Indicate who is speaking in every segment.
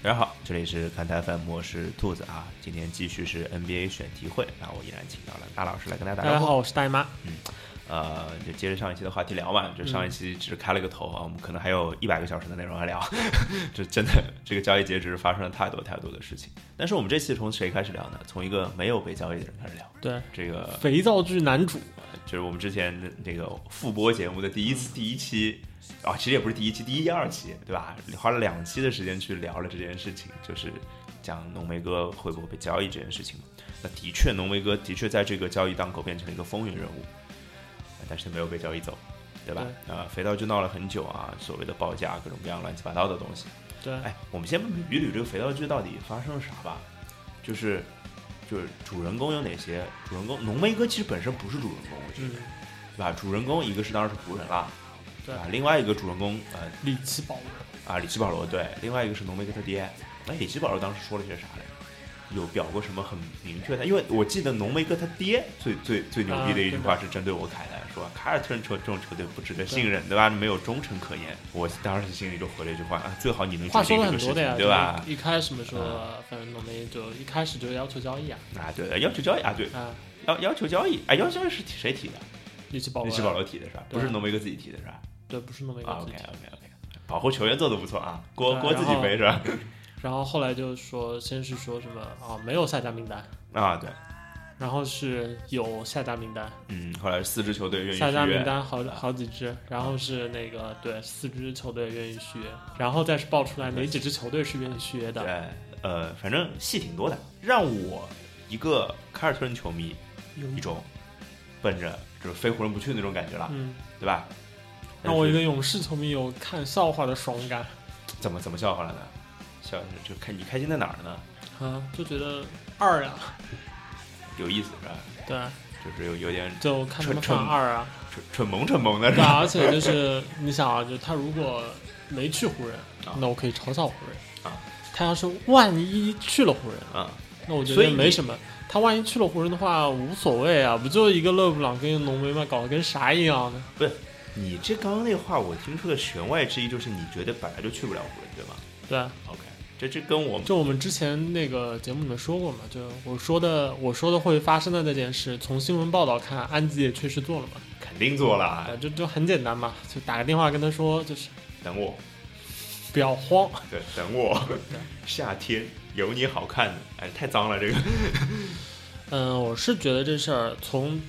Speaker 1: 大家好，这里是看台 FM，我是兔子啊。今天继续是 NBA 选题会，那我依然请到了大老师来跟大家
Speaker 2: 大
Speaker 1: 打
Speaker 2: 家
Speaker 1: 招呼。
Speaker 2: 好，我是大姨妈。
Speaker 1: 呃，就接着上一期的话题聊嘛，就
Speaker 2: 嗯
Speaker 1: 上一期只是开了个头啊，我们可能还有一百个小时的内容要聊。 这真的，这个交易截止发生了太多太多的事情。但是我们这期从谁开始聊呢？从一个没有被交易的人开始聊。
Speaker 2: 对，
Speaker 1: 这个
Speaker 2: 肥皂剧男主，
Speaker 1: 就是我们之前那个复播节目的第一次、第一期啊，其实也不是第一期，第一、第二期，对吧？花了两期的时间去聊了这件事情，就是讲浓眉哥会不会被交易这件事情嘛。那的确，浓眉哥的确在这个交易当口变成了一个风云人物，但是没有被交易走，对吧？啊、肥皂就闹了很久啊，所谓的报价，各种各样乱七八糟的东西。
Speaker 2: 对，
Speaker 1: 哎，我们先捋捋这个肥皂剧到底发生了啥吧，就是就是主人公有哪些？主人公浓眉哥其实本身不是主人公，我觉得
Speaker 2: 嗯，
Speaker 1: 对吧？主人公一个是当然是湖人啦，
Speaker 2: 对
Speaker 1: 吧？另外一个主人公呃
Speaker 2: 里奇保罗，
Speaker 1: 啊里奇保罗对，另外一个是浓眉哥他爹。哎，里奇保罗当时说了些啥嘞？有表过什么很明确的？因为我记得浓眉哥他爹最最最牛逼的一句话
Speaker 2: 啊
Speaker 1: 是针对我凯的，说凯尔特人球这种球队不值得信任，对吧？没有忠诚可言。我当时心里就回了一句话啊，最好你能
Speaker 2: 话
Speaker 1: 决
Speaker 2: 说
Speaker 1: 定这个
Speaker 2: 了很
Speaker 1: 事
Speaker 2: 多
Speaker 1: 情
Speaker 2: 的呀，，
Speaker 1: 对吧？
Speaker 2: 就一开始嘛说
Speaker 1: 啊，
Speaker 2: 反正浓眉就一开始就要求交易啊，
Speaker 1: 啊，对，要求交易啊，对，
Speaker 2: 啊，
Speaker 1: 要要求交易，哎，要求交易是提谁提的？
Speaker 2: 里奇保
Speaker 1: 里
Speaker 2: 罗，
Speaker 1: 奇保罗提的是吧？
Speaker 2: 对
Speaker 1: 不是浓眉哥自己提的是吧？
Speaker 2: 对，不是浓眉
Speaker 1: 啊
Speaker 2: 哥自
Speaker 1: ，OK
Speaker 2: 己。
Speaker 1: OK OK，保护球员做的不错啊，锅
Speaker 2: 对
Speaker 1: 锅自己背是吧？
Speaker 2: 然后后来就说，先是说什么啊，没有下家名单，
Speaker 1: 啊，对，
Speaker 2: 然后是有下家名单，
Speaker 1: 嗯，后来四支球队愿意续
Speaker 2: 下家名
Speaker 1: 约，
Speaker 2: 单好好几支，然后是那个对四支球队愿意续约，然后再是报出来哪几支球队是愿意续约的，
Speaker 1: 对，呃，反正戏挺多的，让我一个凯尔特人球迷
Speaker 2: 有
Speaker 1: 一啊种奔着就是非湖人不去那种感觉了，
Speaker 2: 嗯嗯，
Speaker 1: 对吧？
Speaker 2: 让我一个
Speaker 1: 但
Speaker 2: 勇士球迷有看笑话的爽感
Speaker 1: 是怎么怎么笑话了呢？笑就看你开心在哪儿呢？
Speaker 2: 啊，就觉得二啊呀、
Speaker 1: 有意思是吧？
Speaker 2: 对，
Speaker 1: 就是有有点
Speaker 2: 就看他们
Speaker 1: 蠢
Speaker 2: 犯
Speaker 1: 蠢
Speaker 2: 二啊，
Speaker 1: 蠢蠢萌蠢萌的是
Speaker 2: 对
Speaker 1: 吧？
Speaker 2: 啊，而且就是你想啊，就他如果没去湖人
Speaker 1: 啊，
Speaker 2: 那我可以嘲笑湖人
Speaker 1: 啊，
Speaker 2: 他要是万一去了湖人，
Speaker 1: 啊，
Speaker 2: 那我觉
Speaker 1: 所以
Speaker 2: 得
Speaker 1: 你
Speaker 2: 没什么。他万一去了湖人的话，无所谓啊，不就一个勒布朗跟浓眉嘛，搞得跟啥一样呢？
Speaker 1: 你这刚刚那话我听出的弦外之意就是你觉得本来就去不了湖人对吗
Speaker 2: 对啊，
Speaker 1: ？OK，这这跟我们
Speaker 2: 就我们之前那个节目里面说过嘛，就我说的，我说的会发生的那件事，从新闻报道看，安吉也确实做了嘛。
Speaker 1: 肯定做了啊
Speaker 2: 啊，，就就很简单嘛，就打个电话跟他说，就是
Speaker 1: 等我，
Speaker 2: 不要慌，
Speaker 1: 对，等我， 夏天有你好看的，哎，太脏了这个，
Speaker 2: 嗯，我是觉得这事儿从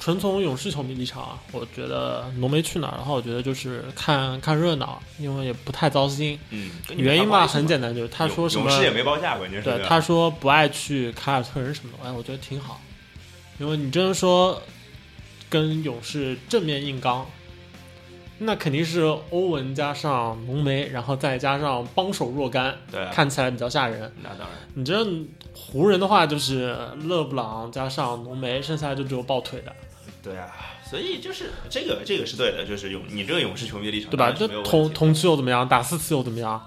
Speaker 2: 纯从勇士球迷立场啊，我觉得浓眉去哪儿的话，我觉得就是看看热闹，因为也不太糟心。
Speaker 1: 嗯，
Speaker 2: 原因嘛，很简单，就是他
Speaker 1: 勇
Speaker 2: 说什么
Speaker 1: 勇，士也没报价，关键是
Speaker 2: 对，他说不爱去凯尔特人什么的，哎，我觉得挺好，因为你真的说跟勇士正面硬刚。那肯定是欧文加上浓眉，然后再加上帮手若干，
Speaker 1: 对啊，
Speaker 2: 看起来比较吓人。
Speaker 1: 那当然，
Speaker 2: 你这湖人的话就是勒布朗加上浓眉，剩下就只有抱腿的，
Speaker 1: 对啊，所以就是这个这个是对的，就是勇你这个勇士球迷的立场
Speaker 2: 对
Speaker 1: 当
Speaker 2: 吧？
Speaker 1: 然是
Speaker 2: 就
Speaker 1: 没有问
Speaker 2: 同
Speaker 1: 题
Speaker 2: 同区又怎么样？打四次又怎么样？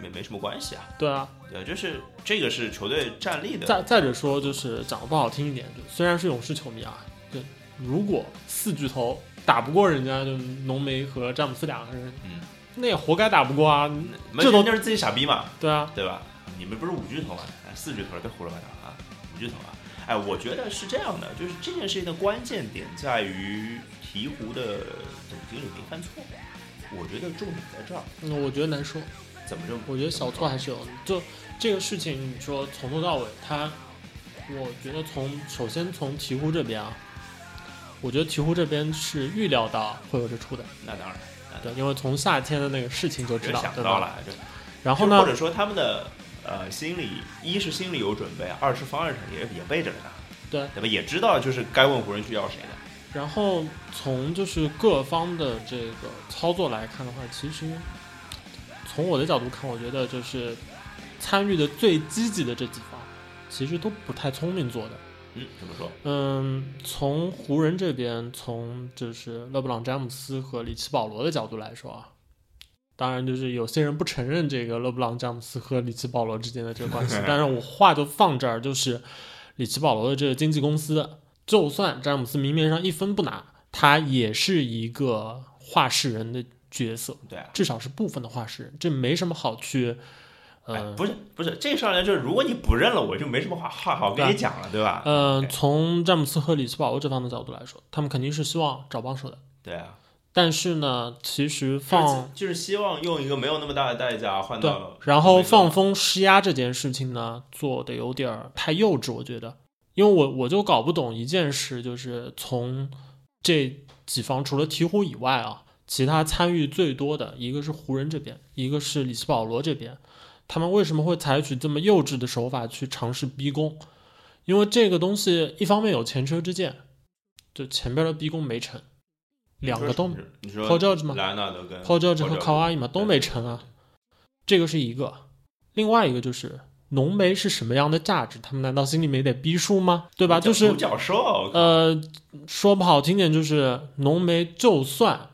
Speaker 1: 没没什么关系啊，
Speaker 2: 对啊。
Speaker 1: 对，就是这个是球队战力的，
Speaker 2: 再再者说，就是讲的不好听一点，就虽然是勇士球迷啊，就如果四巨头打不过人家，就浓眉和詹姆斯两个人，
Speaker 1: 嗯，
Speaker 2: 那也活该打不过啊。
Speaker 1: 没
Speaker 2: 这都
Speaker 1: 就是自己傻逼嘛，
Speaker 2: 对啊，
Speaker 1: 对吧？你们不是五巨头吗？哎，四巨头了，别胡说八道啊！五巨头啊！哎，我觉得是这样的，就是这件事情的关键点在于鹈鹕的总经理没犯错。我觉得重点在这儿，
Speaker 2: 嗯我觉得难说，
Speaker 1: 怎么这么
Speaker 2: 我觉得小错还是有的。就这个事情，你说从头到尾，他，我觉得从首先从鹈鹕这边啊，我觉得鹈鹕这边是预料到会有这出的，
Speaker 1: 那当然，
Speaker 2: 对，因为从夏天的那个事情就知
Speaker 1: 这
Speaker 2: 道，
Speaker 1: 想
Speaker 2: 对
Speaker 1: 到
Speaker 2: 吧？
Speaker 1: 了，这
Speaker 2: 然后
Speaker 1: 或
Speaker 2: 呢，
Speaker 1: 者说他们的呃心里，一是心里有准备，二是方案上也也备着呢，
Speaker 2: 对
Speaker 1: 对吧？也知道就是该问湖人去要谁的，
Speaker 2: 然后从就是各方的这个操作来看的话，其实从我的角度看，我觉得就是参与的最积极的这几方，其实都不太聪明做的。
Speaker 1: 嗯，怎么说？，
Speaker 2: 嗯，从湖人这边，从就是勒布朗詹姆斯和里奇保罗的角度来说啊，当然就是有些人不承认这个勒布朗詹姆斯和里奇保罗之间的这个关系 但是我话就放这儿，就是里奇保罗的这个经纪公司，就算詹姆斯明面上一分不拿，他也是一个话事人的角色，
Speaker 1: 对啊，
Speaker 2: 至少是部分的话事人，这没什么好去
Speaker 1: 哎
Speaker 2: 嗯，
Speaker 1: 不是不是，这个上来就是，如果你不认了，我就没什么话话好跟你讲了，对吧？
Speaker 2: 啊嗯、从詹姆斯和里斯保罗这方的角度来说，他们肯定是希望找帮手的。
Speaker 1: 对啊，
Speaker 2: 但是呢，其实放
Speaker 1: 就是就是希望用一个没有那么大的代价换
Speaker 2: 对
Speaker 1: 到，，
Speaker 2: 然后放风施压这件事情呢，做的有点儿太幼稚，我觉得，因为我我就搞不懂一件事，就是从这几方除了鹈鹕以外啊，其他参与最多的一个是湖人这边，一个是里斯保罗这边，他们为什么会采取这么幼稚的手法去尝试逼宫？因为这个东西一方面有前车之鉴，就前边的逼宫没成，两个都
Speaker 1: 你说你说
Speaker 2: Paul George 吗
Speaker 1: 莱昂纳德跟
Speaker 2: p a u George 和
Speaker 1: Paul George
Speaker 2: 卡哇伊嘛都没成啊。这个是一个，另外一个就是浓眉是什么样的价值？他们难道心里没得逼数吗？对吧？就
Speaker 1: 独
Speaker 2: 是
Speaker 1: 角兽，
Speaker 2: 呃，说不好听点，就是浓眉就算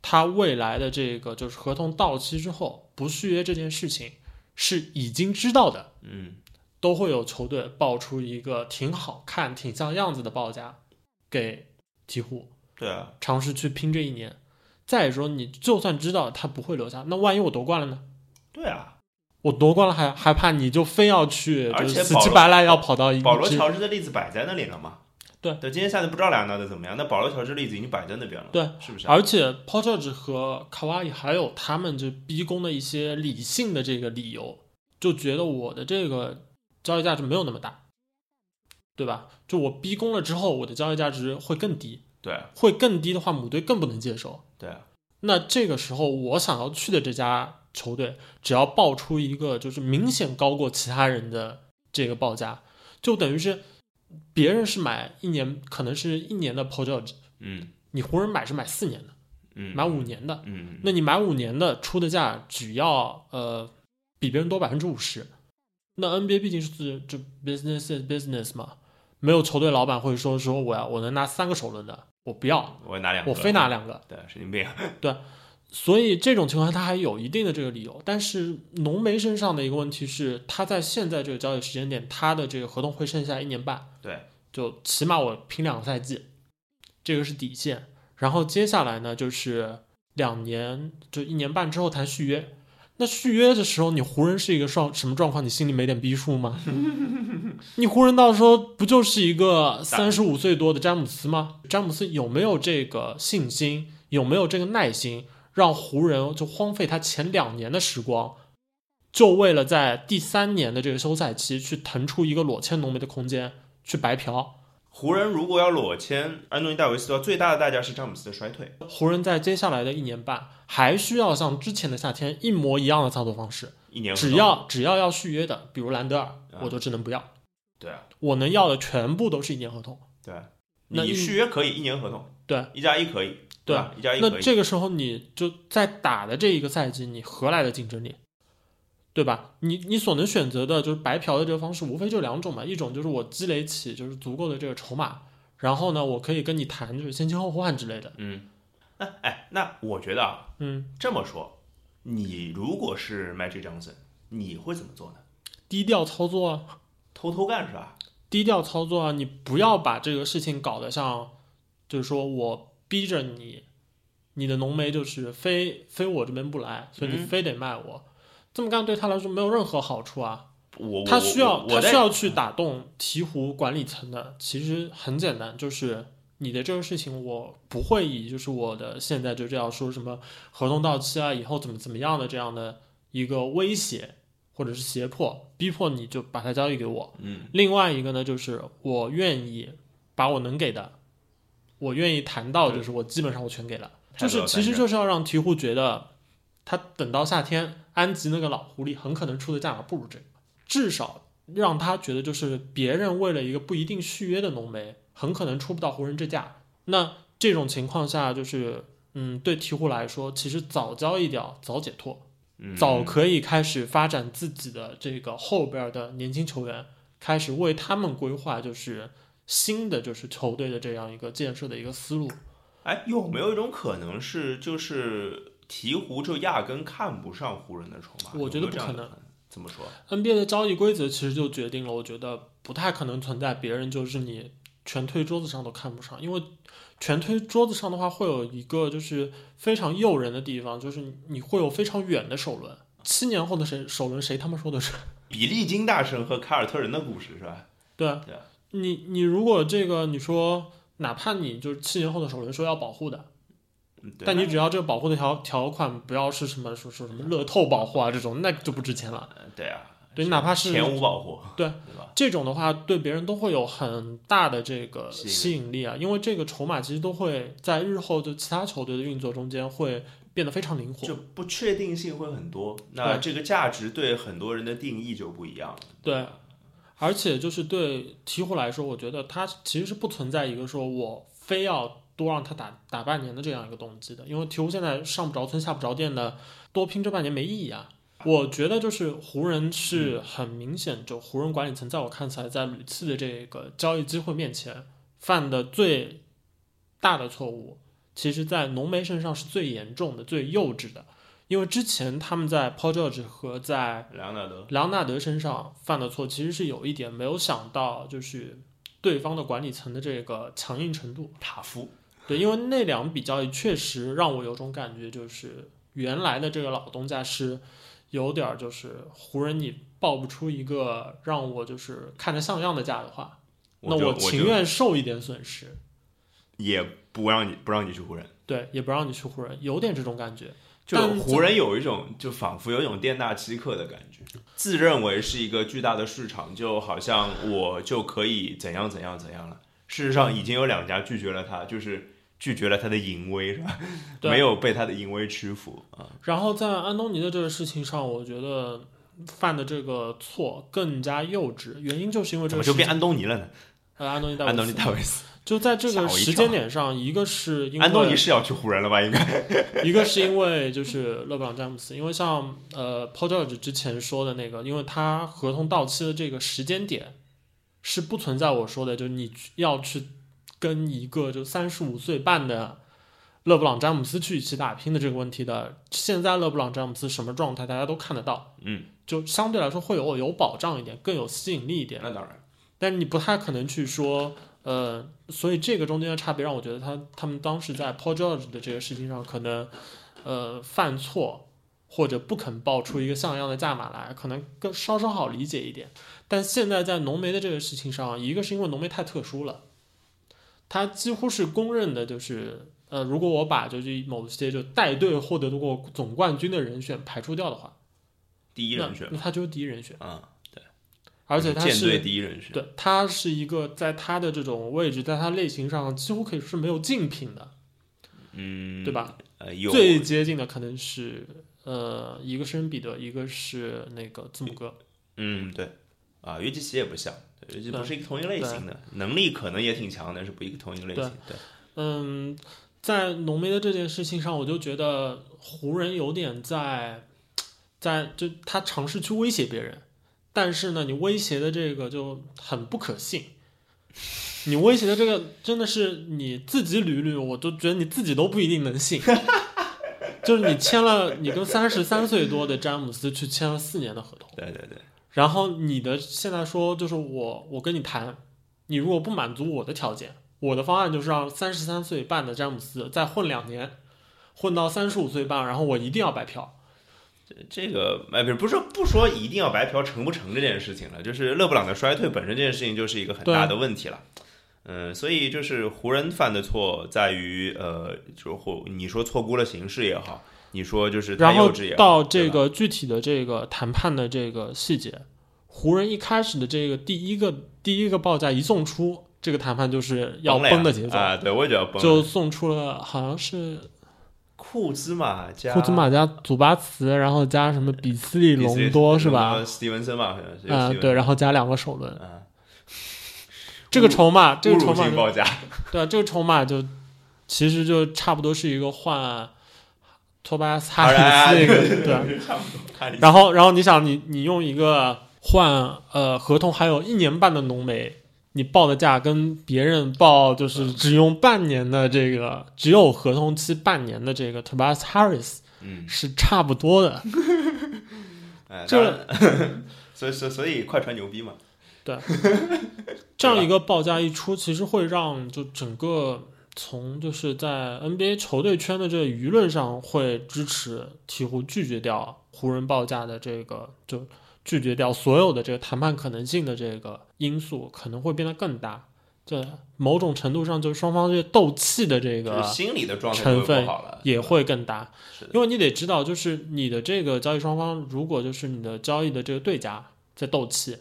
Speaker 2: 他未来的这个就是合同到期之后不续约这件事情是已经知道的，
Speaker 1: 嗯，
Speaker 2: 都会有球队报出一个挺好看、挺像样子的报价给鹈鹕。
Speaker 1: 对啊，
Speaker 2: 尝试去拼这一年。再说，你就算知道他不会留下，那万一我夺冠了呢？
Speaker 1: 对啊，
Speaker 2: 我夺冠了还还怕你就非要去，
Speaker 1: 而
Speaker 2: 就
Speaker 1: 且
Speaker 2: 是死
Speaker 1: 保
Speaker 2: 乞
Speaker 1: 罗
Speaker 2: 白赖要跑到一
Speaker 1: 保罗
Speaker 2: 支
Speaker 1: 乔治的例子摆在那里了嘛。
Speaker 2: 对
Speaker 1: 对，今天夏天不知道莱昂纳德怎么样，那保罗乔治例子已经摆在那边了，
Speaker 2: 对，
Speaker 1: 是不是啊？
Speaker 2: 而且 p o r g e 和卡哇伊还有他们就逼宫的一些理性的这个理由，就觉得我的这个交易价值没有那么大，对吧？就我逼宫了之后，我的交易价值会更低，
Speaker 1: 对啊
Speaker 2: 会更低的话，母队更不能接受。
Speaker 1: 对啊，
Speaker 2: 那这个时候，我想要去的这家球队，只要报出一个就是明显高过其他人的这个报价，就等于是别人是买一年，可能是一年的 p o j o g e
Speaker 1: 嗯
Speaker 2: 你湖人买是买四年的，
Speaker 1: 嗯，
Speaker 2: 买五年的。
Speaker 1: 嗯，
Speaker 2: 那你买五年的出的价，只要呃比别人多百分之五十，那 NBA 毕竟是就 business is business 嘛，没有球队老板会说说我要我能拿三个首轮的，我不要，
Speaker 1: 我拿两个，嗯
Speaker 2: 我非拿两个。
Speaker 1: 对，啊神经病，
Speaker 2: 所以这种情况下，他还有一定的这个理由。但是浓眉身上的一个问题是，他在现在这个交易时间点，他的这个合同会剩下一年半。
Speaker 1: 对，
Speaker 2: 就起码我拼两个赛季，这个是底线。然后接下来呢，就是两年，就一年半之后谈续约。那续约的时候，你湖人是一个状什么状况？你心里没点逼数吗？ 你湖人到时候不就是一个三十五岁多的詹姆斯吗？詹姆斯有没有这个信心？有没有这个耐心？让湖人就荒废他前两年的时光，就为了在第三年的这个休赛期去腾出一个裸签浓眉的空间去白嫖。
Speaker 1: 湖人如果要裸签安东尼戴维斯的话，最大的代价是詹姆斯的衰退。
Speaker 2: 湖人在接下来的一年半还需要像之前的夏天一模一样的操作方式，
Speaker 1: 一年合同
Speaker 2: 只要只要要续约的，比如兰德尔，
Speaker 1: 嗯
Speaker 2: 我就只能不要，
Speaker 1: 对啊
Speaker 2: 我能要的全部都是一年合同。
Speaker 1: 对啊，
Speaker 2: 那
Speaker 1: 你
Speaker 2: 一
Speaker 1: 续约可以一年合同，
Speaker 2: 对，
Speaker 1: 一加一可以，
Speaker 2: 对
Speaker 1: 吧？一加一哎可
Speaker 2: 那
Speaker 1: 以，
Speaker 2: 这个时候你就在打的这一个赛季，你何来的竞争力？对吧？你你所能选择的就是白嫖的这个方式，无非就两种嘛，一种就是我积累起就是足够的这个筹码，然后呢，我可以跟你谈就是先签后换之类的。
Speaker 1: 嗯，那哎，那我觉得啊，
Speaker 2: 嗯，
Speaker 1: 这么说，你如果是 Magic Johnson，你会怎么做呢？
Speaker 2: 低调操作啊，
Speaker 1: 偷偷干是吧？
Speaker 2: 低调操作啊，你不要把这个事情搞得像，就是说我逼着你，你的浓眉就是非非我这边不来，所以你
Speaker 1: 嗯
Speaker 2: 非得卖我，这么干对他来说没有任何好处啊。
Speaker 1: 我我
Speaker 2: 他需要
Speaker 1: 我
Speaker 2: 他
Speaker 1: 我在
Speaker 2: 需要去打动鹈鹕管理层的，其实很简单，就是你的这个事情，我不会以就是我的现在就这样说什么合同到期啊，以后怎么怎么样的这样的一个威胁或者是胁迫，逼迫你就把它交易给我。
Speaker 1: 嗯
Speaker 2: 另外一个呢，就是我愿意把我能给的，我愿意谈到就是我基本上我全给了，
Speaker 1: 太多
Speaker 2: 就是
Speaker 1: 了
Speaker 2: 其实就是要让鹈鹕觉得，他等到夏天，安吉那个老狐狸很可能出的价码不如这个，至少让他觉得就是别人为了一个不一定续约的浓眉，很可能出不到湖人这价。那这种情况下，就是嗯，对鹈鹕来说，其实早交易掉，早解脱，
Speaker 1: 嗯
Speaker 2: 早可以开始发展自己的这个后边的年轻球员，开始为他们规划就是新的就是球队的这样一个建设的一个思路。
Speaker 1: 哎，有没有一种可能是就是鹈鹕就压根看不上湖人的筹码？
Speaker 2: 我觉得
Speaker 1: 有没有这样的
Speaker 2: 不可能
Speaker 1: 能。怎么说？
Speaker 2: NBA 的交易规则其实就决定了，我觉得不太可能存在别人就是你全推桌子上都看不上，因为全推桌子上的话会有一个就是非常诱人的地方，就是你会有非常远的首轮，七年后的谁首轮谁他妈说的是？
Speaker 1: 比利金大神和凯尔特人的故事是吧？
Speaker 2: 对啊
Speaker 1: 对啊
Speaker 2: 你你如果这个你说，哪怕你就是七年后的首轮说要保护的，
Speaker 1: 嗯对
Speaker 2: 但你只要这个保护的条条款不要是什么说说什么乐透保护啊这种，那就不值钱了。
Speaker 1: 呃对啊，
Speaker 2: 对，哪怕是
Speaker 1: 前五保护，
Speaker 2: 对
Speaker 1: 对吧？
Speaker 2: 这种的话，对别人都会有很大的这个
Speaker 1: 吸引力
Speaker 2: 吸引力啊，因为这个筹码其实都会在日后的其他球队的运作中间会变得非常灵活。
Speaker 1: 就不确定性会很多，那
Speaker 2: 对
Speaker 1: 这个价值对很多人的定义就不一样了。
Speaker 2: 对，而且就是对鹈鹕来说，我觉得它其实是不存在一个说我非要多让他打打半年的这样一个动机的，因为鹈鹕现在上不着村下不着店的，多拼这半年没意义啊。我觉得就是湖人是很明显，就湖人管理层在我看起来，在屡次的这个交易机会面前犯的最大的错误，其实在浓眉身上是最严重的、最幼稚的，因为之前他们在 Paul George 和在
Speaker 1: 莱昂纳德，
Speaker 2: 莱昂纳德身上犯的错，其实是有一点没有想到，就是对方的管理层的这个强硬程度。
Speaker 1: 塔夫，
Speaker 2: 对，因为那两笔交易确实让我有种感觉，就是原来的这个老东家是有点儿就是湖人你报不出一个让我就是看着像样的价的话，那
Speaker 1: 就
Speaker 2: 我
Speaker 1: 我
Speaker 2: 情
Speaker 1: 就
Speaker 2: 愿受一点损失。
Speaker 1: 也不让你不让你去湖人，
Speaker 2: 对，也不让你去湖人，有点这种感觉。
Speaker 1: 就
Speaker 2: 但
Speaker 1: 湖人有一种就仿佛有一种店大欺客的感觉，自认为是一个巨大的市场，就好像我就可以怎样怎样怎样了。事实上，已经有两家拒绝了他，就是拒绝了他的淫威，是吧？
Speaker 2: 对
Speaker 1: 没有被他的淫威屈服啊。
Speaker 2: 然后在安东尼的这个事情上，我觉得犯的这个错更加幼稚，原因就是因为这
Speaker 1: 怎
Speaker 2: 个
Speaker 1: 么
Speaker 2: 事
Speaker 1: 就
Speaker 2: 情
Speaker 1: 变安东尼了呢？
Speaker 2: 呃，安东尼戴维
Speaker 1: 安
Speaker 2: 斯，
Speaker 1: 东尼戴维斯，
Speaker 2: 就在这
Speaker 1: 吓
Speaker 2: 个
Speaker 1: 我一
Speaker 2: 时
Speaker 1: 跳
Speaker 2: 间点上，一个是因为
Speaker 1: 安东尼是要去湖人了吧？应该
Speaker 2: 一个是因为就是勒布朗詹姆斯，因为 像呃 Paul George 之前说的那个，因为他合同到期的这个时间点是不存在我说的，就是你去要去跟一个就三十五岁半的勒布朗詹姆斯去一起打拼的这个问题的。现在勒布朗詹姆斯什么状态，大家都看得到，
Speaker 1: 嗯，
Speaker 2: 就相对来说会有有保障一点，更有吸引力一点。
Speaker 1: 那当然，
Speaker 2: 但你不太可能去说，呃，所以这个中间的差别让我觉得他他们当时在 Paul George 的这个事情上，可能呃犯错或者不肯报出一个像样的价码来，可能更稍稍好理解一点。但现在在浓眉的这个事情上，一个是因为浓眉太特殊了，他几乎是公认的，就是呃，如果我把就是某些就带队获得过总冠军的人选排除掉的话，
Speaker 1: 第一
Speaker 2: 那
Speaker 1: 人选
Speaker 2: 那他就是第一人选，
Speaker 1: 啊，
Speaker 2: 嗯而且他
Speaker 1: 舰
Speaker 2: 是
Speaker 1: 队第一人选，
Speaker 2: 对，他是一个在他的这种位置，在他类型上几乎可以说是没有竞品的，
Speaker 1: 嗯，
Speaker 2: 对？吧？
Speaker 1: 呃，有
Speaker 2: 最接近的可能是呃，一个是恩比德，一个是那个字母哥。
Speaker 1: 嗯，对，啊，约基奇也不像，对约基奇不
Speaker 2: 对
Speaker 1: 是一个同一类型的，能力可能也挺强，但是不一个同一类型。对，
Speaker 2: 嗯，在浓眉的这件事情上，我就觉得湖人有点在在就他尝试去威胁别人，但是呢，你威胁的这个就很不可信。你威胁的这个真的是你自己捋捋，我都觉得你自己都不一定能信。 就是你签了，你跟三十三岁多的詹姆斯去签了四年的合同，
Speaker 1: 对对对，
Speaker 2: 然后你的现在说就是我，我跟你谈，你如果不满足我的条件，我的方案就是让三十三岁半的詹姆斯再混两年，混到三十五岁半，然后我一定要白嫖。
Speaker 1: 这这个哎，不是不是不说一定要白嫖成不成这件事情了，就是勒布朗的衰退本身这件事情就是一个很
Speaker 2: 对啊
Speaker 1: 大的问题了。嗯，所以就是湖人犯的错在于，呃，就或你说错估了形势也好，你说就是太
Speaker 2: 然后
Speaker 1: 幼稚也好，
Speaker 2: 到这
Speaker 1: 对吧
Speaker 2: 个具体的这个谈判的这个细节，湖人一开始的这个第一个第一个报价一送出，这个谈判就是要
Speaker 1: 了呀
Speaker 2: 崩的节奏，
Speaker 1: 啊，对我也觉得要崩了，
Speaker 2: 就送出了好像是
Speaker 1: 库兹马加
Speaker 2: 库兹马加祖巴茨，然后加什么比斯利
Speaker 1: 比斯利
Speaker 2: 隆多是吧？
Speaker 1: 斯蒂文森吧，好像是有斯
Speaker 2: 啊、
Speaker 1: 蒂文
Speaker 2: 对，然后加两个首轮，
Speaker 1: 啊
Speaker 2: 这个筹码，这
Speaker 1: 侮
Speaker 2: 个筹
Speaker 1: 辱
Speaker 2: 码
Speaker 1: 性
Speaker 2: 就，
Speaker 1: 报价，
Speaker 2: 对啊，这个筹码就其实就差不多是一个换托巴斯哈里斯那个，对啊。
Speaker 1: 差不多。看你
Speaker 2: 然后，然后你想你，你用一个换呃合同还有一年半的浓眉，你报的价跟别人报就是只用半年的这个，只有合同期半年的这个 Tobias Harris
Speaker 1: 嗯，
Speaker 2: 是差不多的。
Speaker 1: 哎，
Speaker 2: 这
Speaker 1: 当然所以所以所以快船牛逼嘛，
Speaker 2: 这样一个报价一出，其实会让就整个从就是在 NBA 球队圈的这个舆论上会支持鹈鹕拒绝掉湖人报价的这个，就拒绝掉所有的这个谈判可能性的这个因素，可能会变得更大。这某种程度上，就是双方这斗气的这
Speaker 1: 就是
Speaker 2: 个
Speaker 1: 心理的状态
Speaker 2: 成
Speaker 1: 就会
Speaker 2: 分
Speaker 1: 不好了，
Speaker 2: 也会更大，
Speaker 1: 是的，
Speaker 2: 因为你得知道，就是你的这个交易双方，如果就是你的交易的这个对家在斗气，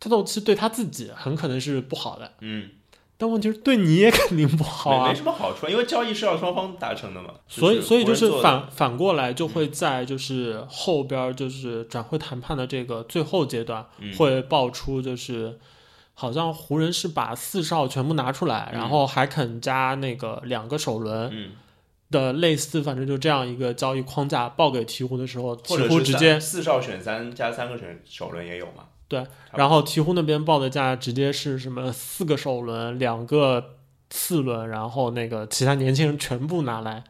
Speaker 2: 他斗气对他自己很可能是不好的，
Speaker 1: 嗯，
Speaker 2: 但问题是对你也肯定不好
Speaker 1: 没
Speaker 2: 啊
Speaker 1: 没。什么好处，因为交易是要双方达成的嘛，
Speaker 2: 所以，所以就
Speaker 1: 湖人
Speaker 2: 是
Speaker 1: 做的嗯
Speaker 2: 反反过来，就会在就是后边儿就是转会谈判的这个最后阶段，
Speaker 1: 嗯
Speaker 2: 会爆出就是好像湖人是把四少全部拿出来，
Speaker 1: 嗯
Speaker 2: 然后还肯加那个两个首轮
Speaker 1: 嗯，
Speaker 2: 的类似，反正就这样一个交易框架报给鹈鹕的时候，
Speaker 1: 或
Speaker 2: 鹈
Speaker 1: 者
Speaker 2: 鹕
Speaker 1: 是
Speaker 2: 直接
Speaker 1: 三四少选三加三个选首轮也有嘛，差不多
Speaker 2: 然后鹈鹕那边报的价直接是什么四个首轮，两个次轮，然后那个其他年轻人全部拿来。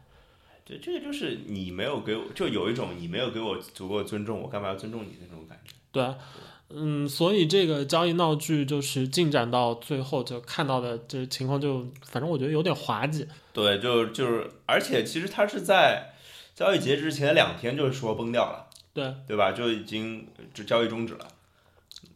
Speaker 1: 对，这个就是你没有给我，就有一种你没有给我足够的尊重，我干嘛要尊重你的那种感觉，
Speaker 2: 对啊，嗯，所以这个交易闹剧就是进展到最后，就看到的这情况就，反正我觉得有点滑稽。
Speaker 1: 对，就就是，而且其实他是在交易截止前两天就说崩掉了，
Speaker 2: 对，
Speaker 1: 对吧？就已经就交易终止了。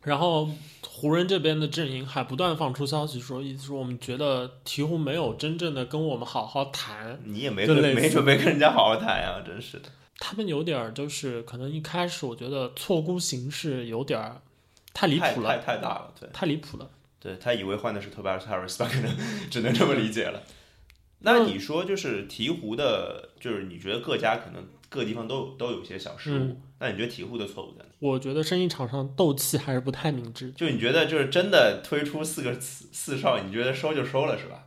Speaker 2: 然后湖人这边的阵营还不断放出消息说，意思说我们觉得鹈鹕没有真正的跟我们好好谈，
Speaker 1: 你也没
Speaker 2: 就
Speaker 1: 跟
Speaker 2: 类似
Speaker 1: 没准备跟人家好好谈呀、真是的。
Speaker 2: 他们有点儿就是可能一开始我觉得错估形势有点儿太离谱
Speaker 1: 太
Speaker 2: 了，
Speaker 1: 太太大了，对
Speaker 2: 太离谱了。
Speaker 1: 对，他以为换的是 Tobias Harris，吧可能只能这么理解了。那
Speaker 2: 嗯
Speaker 1: 你说就是鹈鹕的，就是你觉得各家可能各地方都有都有一些小失误，
Speaker 2: 嗯
Speaker 1: 那你觉得鹈鹕的错误在哪？
Speaker 2: 我觉得生意场上斗气还是不太明智，
Speaker 1: 就你觉得就是真的推出四个四四少，你觉得收就收了是吧？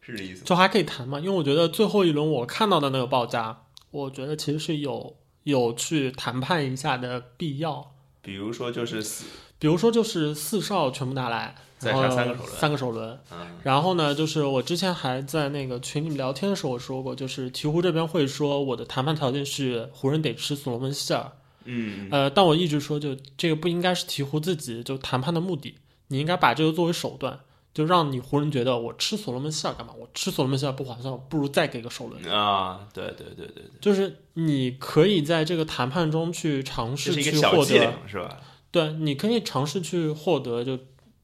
Speaker 1: 是这意思吗？
Speaker 2: 就还可以谈嘛。因为我觉得最后一轮我看到的那个报价，我觉得其实是有有去谈判一下的必要。
Speaker 1: 比如说就是四，
Speaker 2: 比如说就是四少全部拿来，
Speaker 1: 再
Speaker 2: 然后
Speaker 1: 加三个首轮
Speaker 2: 三个首轮。
Speaker 1: 嗯
Speaker 2: 然后呢，就是我之前还在那个群里面聊天的时候我说过，就是鹈鹕这边会说我的谈判条件是湖人得吃索罗门希尔，
Speaker 1: 嗯，
Speaker 2: 呃，但我一直说就，这个不应该是鹈鹕自己就谈判的目的，你应该把这个作为手段，就让你湖人觉得我吃索罗门希尔干嘛？我吃索罗门希尔不划算，我不如再给个首轮。
Speaker 1: 啊，对对对对对，
Speaker 2: 就是你可以在这个谈判中去尝
Speaker 1: 这
Speaker 2: 试
Speaker 1: 是一个
Speaker 2: 去
Speaker 1: 小
Speaker 2: 获
Speaker 1: 伎
Speaker 2: 得，
Speaker 1: 俩是吧？
Speaker 2: 对，你可以尝试去获得。就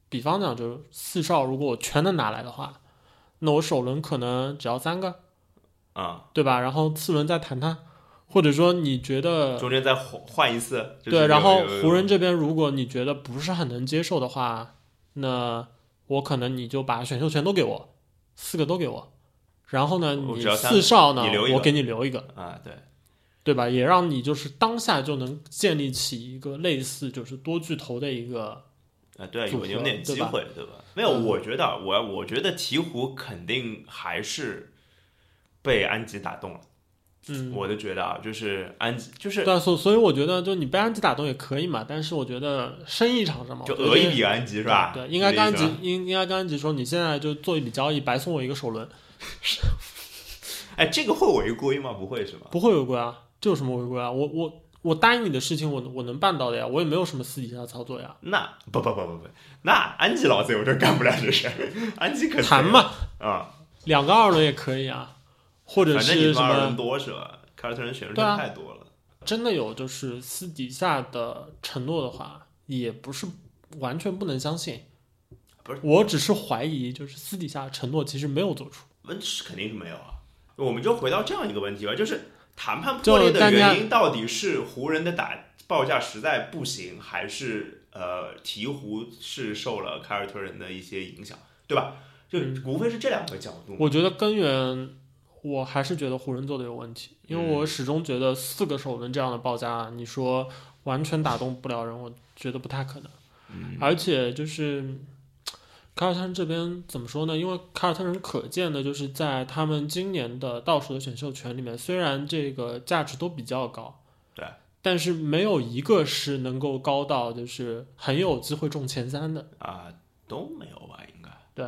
Speaker 2: 比方讲，就是四少，如果我全能拿来的话，那我首轮可能只要三个，
Speaker 1: 啊、
Speaker 2: 对吧？然后次轮再谈谈，或者说你觉得
Speaker 1: 中间再换换一次，就是
Speaker 2: 呃对，
Speaker 1: 有
Speaker 2: 然后
Speaker 1: 有有
Speaker 2: 湖人这边，如果你觉得不是很能接受的话，那我可能你就把选秀权都给我，四个都给我。然后呢，
Speaker 1: 我
Speaker 2: 你
Speaker 1: 只要三
Speaker 2: 四少呢
Speaker 1: 你留一，个
Speaker 2: 我给你留一个，
Speaker 1: 啊，对，
Speaker 2: 对吧？也让你就是当下就能建立起一个类似就是多巨头的一个，
Speaker 1: 啊，对，
Speaker 2: 组
Speaker 1: 有
Speaker 2: 合
Speaker 1: 有点
Speaker 2: 对
Speaker 1: 机
Speaker 2: 吧
Speaker 1: 会，对吧？没有，
Speaker 2: 嗯
Speaker 1: 我觉得啊我我觉得鹈鹕肯定还是被安吉打动了。
Speaker 2: 嗯，
Speaker 1: 我的觉得啊，就是安吉，就是
Speaker 2: 对啊，所所以我觉得就你被安吉打动也可以嘛，但是我觉得生意场上嘛，
Speaker 1: 就
Speaker 2: 我觉得
Speaker 1: 讹一笔安吉是吧？
Speaker 2: 对，应该跟安
Speaker 1: 是这
Speaker 2: 吉
Speaker 1: 意思啊吧
Speaker 2: 应应该跟安吉说，你现在就做一笔交易，白送我一个首轮，
Speaker 1: 哎，这个会违规吗？不会是吧？
Speaker 2: 不会违规啊，这有什么违规啊？我我我答应你的事情我，我能办到的呀，我也没有什么私底下的操 作呀。
Speaker 1: 那不不不不不，那安吉老贼我真干不了这事儿，安吉可
Speaker 2: 谈
Speaker 1: 嘛
Speaker 2: 嘛，
Speaker 1: 啊，
Speaker 2: 两个二轮也可以啊，或者
Speaker 1: 反正你
Speaker 2: 是什
Speaker 1: 们二人
Speaker 2: 么
Speaker 1: 多是吧？凯尔特人选
Speaker 2: 对
Speaker 1: 手
Speaker 2: 啊
Speaker 1: 太多了，
Speaker 2: 真的有就是私底下的承诺的话，也不是完全不能相信。
Speaker 1: 不是，
Speaker 2: 我只是怀疑，就是私底下的承诺其实没有做出。
Speaker 1: 问是肯定是没有啊。我们就回到这样一个问题吧，就是谈判
Speaker 2: 就
Speaker 1: 破裂的
Speaker 2: 大家
Speaker 1: 原因到底是湖人的打报价实在不行，还是呃鹈鹕是受了凯尔特人的一些影响，对吧？就
Speaker 2: 嗯
Speaker 1: 无非是这两个角度嘛。
Speaker 2: 我觉得根源，我还是觉得湖人做的有问题，因为我始终觉得四个首轮这样的报价，你说完全打动不了人，我觉得不太可能。而且就是凯尔特人这边怎么说呢？因为凯尔特人可见的就是在他们今年的倒数的选秀权里面，虽然这个价值都比较高，
Speaker 1: 对，
Speaker 2: 但是没有一个是能够高到就是很有机会中前三的。
Speaker 1: 啊、都没有吧，应该
Speaker 2: 对，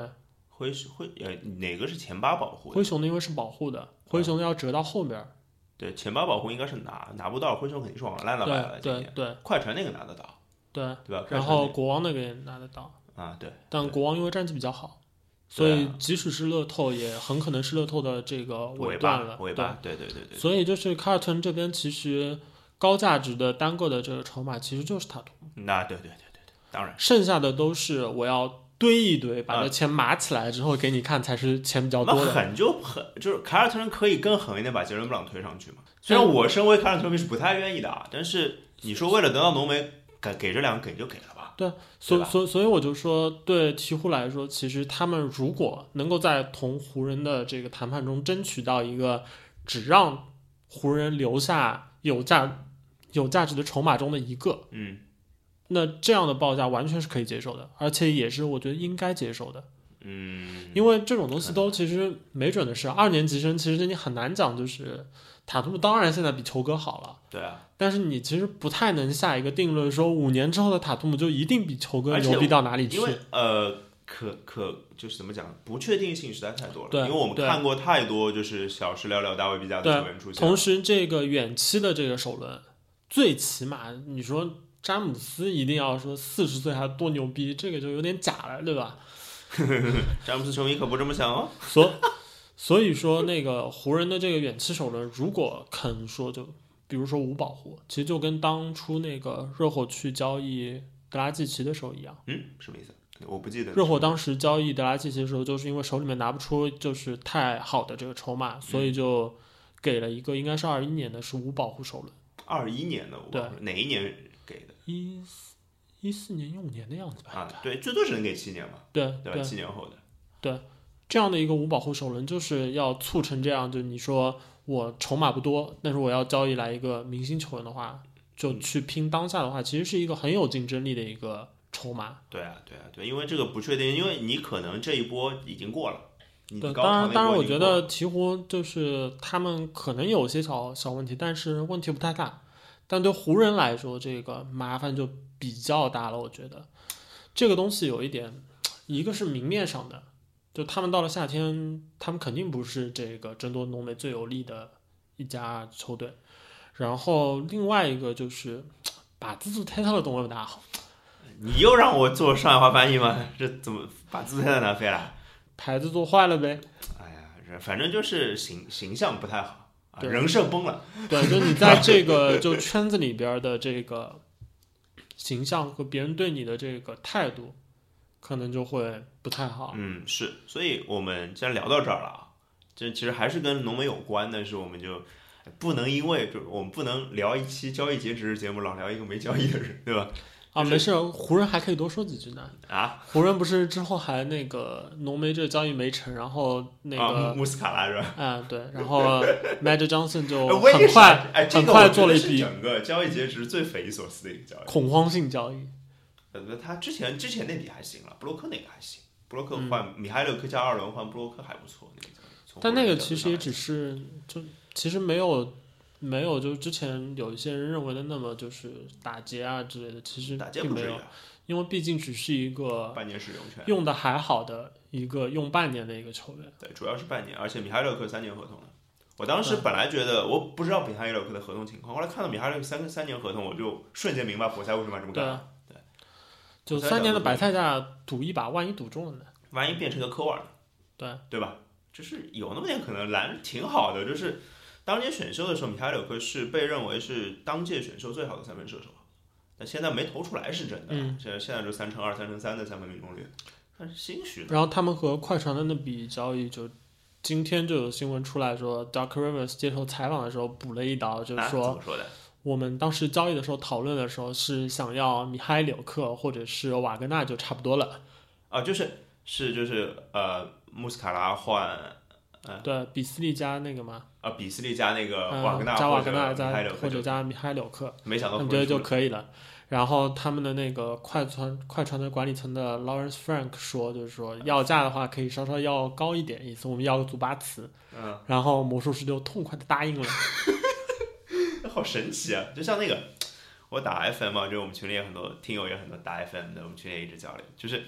Speaker 1: 灰是灰呃哪个是前八保护的？
Speaker 2: 灰熊的因为是保护的，灰熊的要折到后边儿。
Speaker 1: 对，前八保护应该是拿拿不到，灰熊肯定是往烂了摆了。今
Speaker 2: 对
Speaker 1: 年
Speaker 2: 对
Speaker 1: 快船那个拿得到，
Speaker 2: 对对。
Speaker 1: 对吧？快船
Speaker 2: 然后国王那个也拿得到，
Speaker 1: 那个啊，对啊
Speaker 2: 但国王因为战绩比较好，所以即使是乐透，也很可能是乐透的这个
Speaker 1: 尾
Speaker 2: 段
Speaker 1: 巴
Speaker 2: 了，
Speaker 1: 尾
Speaker 2: 对
Speaker 1: 巴，对对对对，
Speaker 2: 所以就是卡尔特人这边其实高价值的单个的这个筹码其实就是塔图，
Speaker 1: 那对对对对对，当然
Speaker 2: 剩下的都是我要堆一堆，
Speaker 1: 嗯
Speaker 2: 把这钱码起来之后给你看才是钱比较
Speaker 1: 那
Speaker 2: 多的。
Speaker 1: 狠就狠，就是凯尔特人可以更狠一点把杰伦布朗推上去嘛。虽然我身为凯尔特人迷是不太愿意的啊，但是你说为了得到浓眉，给给这两个给就给了吧。
Speaker 2: 所
Speaker 1: 对吧
Speaker 2: 所所以我就说，对鹈鹕来说，其实他们如果能够在同湖人的这个谈判中争取到一个只让湖人留下有价有价值的筹码中的一个，
Speaker 1: 嗯
Speaker 2: 那这样的报价完全是可以接受的，而且也是我觉得应该接受的，
Speaker 1: 嗯，
Speaker 2: 因为这种东西都其实没准的事。二年级生其实你很难讲，就是塔图姆当然现在比球哥好了。
Speaker 1: 对啊，
Speaker 2: 但是你其实不太能下一个定论，说五年之后的塔图姆就一定比球哥
Speaker 1: 而且
Speaker 2: 牛逼到哪里去。
Speaker 1: 因为呃。可可就是怎么讲，不确定性实在太多了。
Speaker 2: 对
Speaker 1: 因为我们
Speaker 2: 对
Speaker 1: 看过太多就是小时了了大卫毕加的球员出现，
Speaker 2: 同时，这个远期的这个首轮，最起码你说詹姆斯一定要说四十岁还多牛逼，这个就有点假了，对吧？
Speaker 1: 詹姆斯球迷可不这么想哦。
Speaker 2: 所所以说，那个湖人的这个远期首轮，如果肯说就，比如说无保护，其实就跟当初那个热火去交易德拉季奇的时候一样。
Speaker 1: 嗯，什么意思？我不记得。
Speaker 2: 热火当时交易德拉季奇的时候，就是因为手里面拿不出就是太好的这个筹码，所以就给了一个应该是二一年的是无保护首轮。
Speaker 1: 二一年的，我
Speaker 2: 对
Speaker 1: 忘了哪一年给的
Speaker 2: 一四一四年、一五年的样子吧。
Speaker 1: 啊？对，最多只能给七年嘛，
Speaker 2: 对
Speaker 1: 对吧？七年后的，
Speaker 2: 这样的一个无保护首轮，就是要促成这样，就你说我筹码不多，但是我要交易来一个明星球员的话，就去拼当下的话，其实是一个很有竞争力的一个筹码。
Speaker 1: 对啊，对啊，对，因为这个不确定，因为你可能这一波已经过了，你
Speaker 2: 对，
Speaker 1: 高
Speaker 2: 当然，
Speaker 1: 潮那一波
Speaker 2: 当然，我
Speaker 1: 已经
Speaker 2: 觉
Speaker 1: 过了
Speaker 2: 得鹈鹕就是他们可能有些小小问题，但是问题不太大。但对湖人来说，这个麻烦就比较大了。我觉得这个东西有一点，一个是明面上的，就他们到了夏天，他们肯定不是这个争夺浓眉最有力的一家球队。然后另外一个就是把自助泰特的动位打好，
Speaker 1: 你又让我做上海话翻译吗？这怎么把姿态在哪飞了？
Speaker 2: 牌子做坏了呗。
Speaker 1: 哎呀，这反正就是形形象不太好啊，
Speaker 2: 对
Speaker 1: 人设崩了。
Speaker 2: 对，就你在这个就圈子里边儿的这个形象和别人对你的这个态度，可能就会不太好。
Speaker 1: 嗯，是，所以我们既然聊到这儿了啊，这其实还是跟浓眉有关，但是我们就不能因为就是我们不能聊一期交易截止日节目，老聊一个没交易的人，对吧？
Speaker 2: 啊，
Speaker 1: 就是
Speaker 2: 没事儿，湖人还可以多说几句呢。
Speaker 1: 啊，
Speaker 2: 湖人不是之后还那个浓眉这个交易没成，然后那
Speaker 1: 啊、
Speaker 2: 个
Speaker 1: 穆斯卡拉是吧？
Speaker 2: 啊、对，然后 Magic Johnson 就
Speaker 1: 呃为
Speaker 2: 很
Speaker 1: 啥
Speaker 2: 快
Speaker 1: 哎，这
Speaker 2: 很
Speaker 1: 个
Speaker 2: 快
Speaker 1: 我觉
Speaker 2: 做
Speaker 1: 得
Speaker 2: 了一
Speaker 1: 是
Speaker 2: 笔
Speaker 1: 整个交易截止最匪夷所思的一个交易。
Speaker 2: 恐慌性交易。
Speaker 1: 呃，那他之前之前那笔还行了，布洛克那个还行，布洛克
Speaker 2: 嗯
Speaker 1: 换米哈伊留科加二轮换布洛克还不错，那个交易从
Speaker 2: 但
Speaker 1: 湖人
Speaker 2: 那个
Speaker 1: 角
Speaker 2: 其
Speaker 1: 度
Speaker 2: 实也
Speaker 1: 上来
Speaker 2: 只是就其实没有没有就之前有一些人认为的那么就是打劫啊之类的，其实
Speaker 1: 讲打劫
Speaker 2: 并
Speaker 1: 不
Speaker 2: 没
Speaker 1: 至于
Speaker 2: 有。
Speaker 1: 啊，
Speaker 2: 因为毕竟只是一个
Speaker 1: 半年使用权，
Speaker 2: 用的还好的一个用半年的一个球员。
Speaker 1: 对，主要是半年，而且米哈伊留克三年合同了。我当
Speaker 2: 嗯
Speaker 1: 时本来觉得我不知道米哈伊留克的合同情况，后来看到米哈伊留克三三年合同，我就瞬间明白活塞为什么要这么
Speaker 2: 对
Speaker 1: 干
Speaker 2: 啊
Speaker 1: 了。
Speaker 2: 就
Speaker 1: 我猜
Speaker 2: 三年的
Speaker 1: 想
Speaker 2: 白菜价赌一把，万一赌中了呢？
Speaker 1: 万一变成个科瓦尔呢，
Speaker 2: 对
Speaker 1: 对吧？就是有那么点可能，蓝挺好的。就是当年选秀的时候，米哈伊留克是被认为是当届选秀最好的三分射手，但现在没投出来是真的。啊
Speaker 2: 嗯
Speaker 1: 现在现在就三乘二、三乘三的三分命中率，但是兴许呢？
Speaker 2: 然后他们和快船的那笔交易，就今天就有新闻出来说，Doc Rivers 接受采访的时候补了一刀，就是
Speaker 1: 啊、怎
Speaker 2: 说
Speaker 1: 么说的？
Speaker 2: 我们当时交易的时候讨论的时候是想要米哈伊柳克或者是瓦格纳就差不多了。
Speaker 1: 啊，就是是就是呃，穆斯卡拉换
Speaker 2: 对，比斯利加那个嘛，
Speaker 1: 啊呃比斯利加那个
Speaker 2: 嗯
Speaker 1: 瓦格纳、
Speaker 2: 加瓦
Speaker 1: 或者
Speaker 2: 格纳
Speaker 1: 米哈伊
Speaker 2: 加
Speaker 1: 留克
Speaker 2: 或
Speaker 1: 就
Speaker 2: 者嗯加米哈伊柳克。
Speaker 1: 没想到
Speaker 2: 我
Speaker 1: 湖
Speaker 2: 觉得
Speaker 1: 人输
Speaker 2: 就
Speaker 1: 了，
Speaker 2: 可以了。然后他们的那个快船快船的管理层的 Lawrence Frank 说，就是说要价的话可以稍稍要高一点，意思我们要个祖巴茨。
Speaker 1: 嗯，
Speaker 2: 然后魔术师就痛快的答应了。
Speaker 1: 好神奇啊！就像那个我打 FM 啊，就我们群里也很多听友也很多打 FM 的，我们群里也一直交流，就是。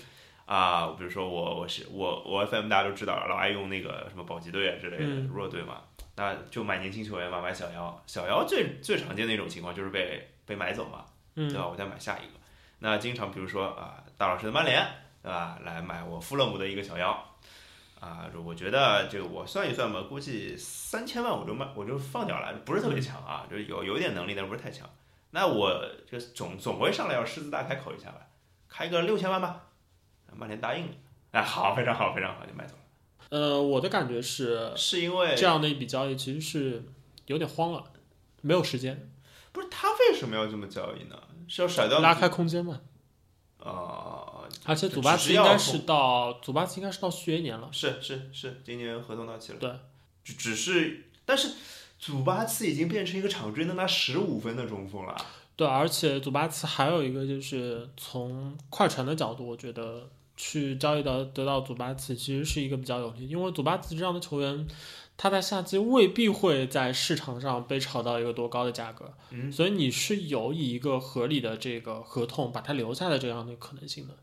Speaker 1: 啊，比如说我我是我我 FM 大家都知道，老爱用那个什么保级队啊之类的
Speaker 2: 嗯
Speaker 1: 弱队嘛，那就买年轻球员嘛，买小妖，小妖最最常见的一种情况就是被被买走嘛，对
Speaker 2: 嗯，
Speaker 1: 吧？我再买下一个。那经常比如说啊、大老师的曼联对吧？来买我富勒姆的一个小腰。啊、我觉得这个我算一算吧，估计三千万我就卖，我就放掉了，不是特
Speaker 2: 嗯
Speaker 1: 别强啊，就是有有一点能力，但不是太强。那我这总总归上来要狮子大开口一下吧，开个六千万吧。曼联答应了，哎，好，非常好，非常好，就买走了。
Speaker 2: 呃，我的感觉是，
Speaker 1: 是因为
Speaker 2: 这样的一笔交易其实是有点慌了，没有时间
Speaker 1: 不是他为什么要这么交易呢？是要甩掉
Speaker 2: 拉开空间嘛。
Speaker 1: 啊、
Speaker 2: 而且祖巴
Speaker 1: 只
Speaker 2: 茨
Speaker 1: 是
Speaker 2: 应
Speaker 1: 要
Speaker 2: 该是到祖巴茨应该是到续约年了，
Speaker 1: 是是是，今年合同到期了。
Speaker 2: 对，
Speaker 1: 只只是，但是祖巴茨已经变成一个场均能拿十五分的中锋了。啊
Speaker 2: 对，而且祖巴茨还有一个就是从快船的角度，我觉得去交易到得到祖巴茨其实是一个比较有利，因为祖巴茨这样的球员，他在夏季未必会在市场上被炒到一个多高的价格，
Speaker 1: 嗯
Speaker 2: 所以你是有以一个合理的这个合同把他留下的这样的可能性的。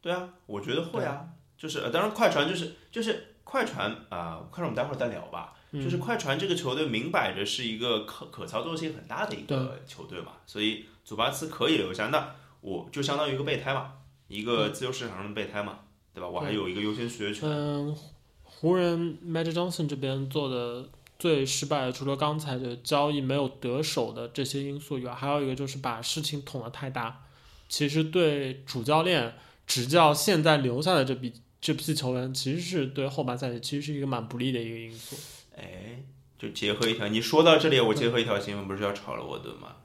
Speaker 1: 对啊，我觉得会啊，就是、呃当然快船就是就是快船啊、快船我们待会儿再聊吧。
Speaker 2: 嗯
Speaker 1: 就是快船这个球队明摆着是一个可可操作性很大的一个球队嘛，所以祖巴茨可以留下，那我就相当于一个备胎嘛，一个自由市场上的备胎嘛，对吧？我还有一个优先续约权。
Speaker 2: 嗯，湖人 Magic Johnson 这边做的最失败的，除了刚才的交易没有得手的这些因素以外，还有一个就是把事情捅得太大。其实对主教练执教现在留下的这批这批球员，其实是对后半赛季其实是一个蛮不利的一个因素。
Speaker 1: 哎，就结合一条，你说到这里，我结合一条新闻，不是要炒了沃顿吗？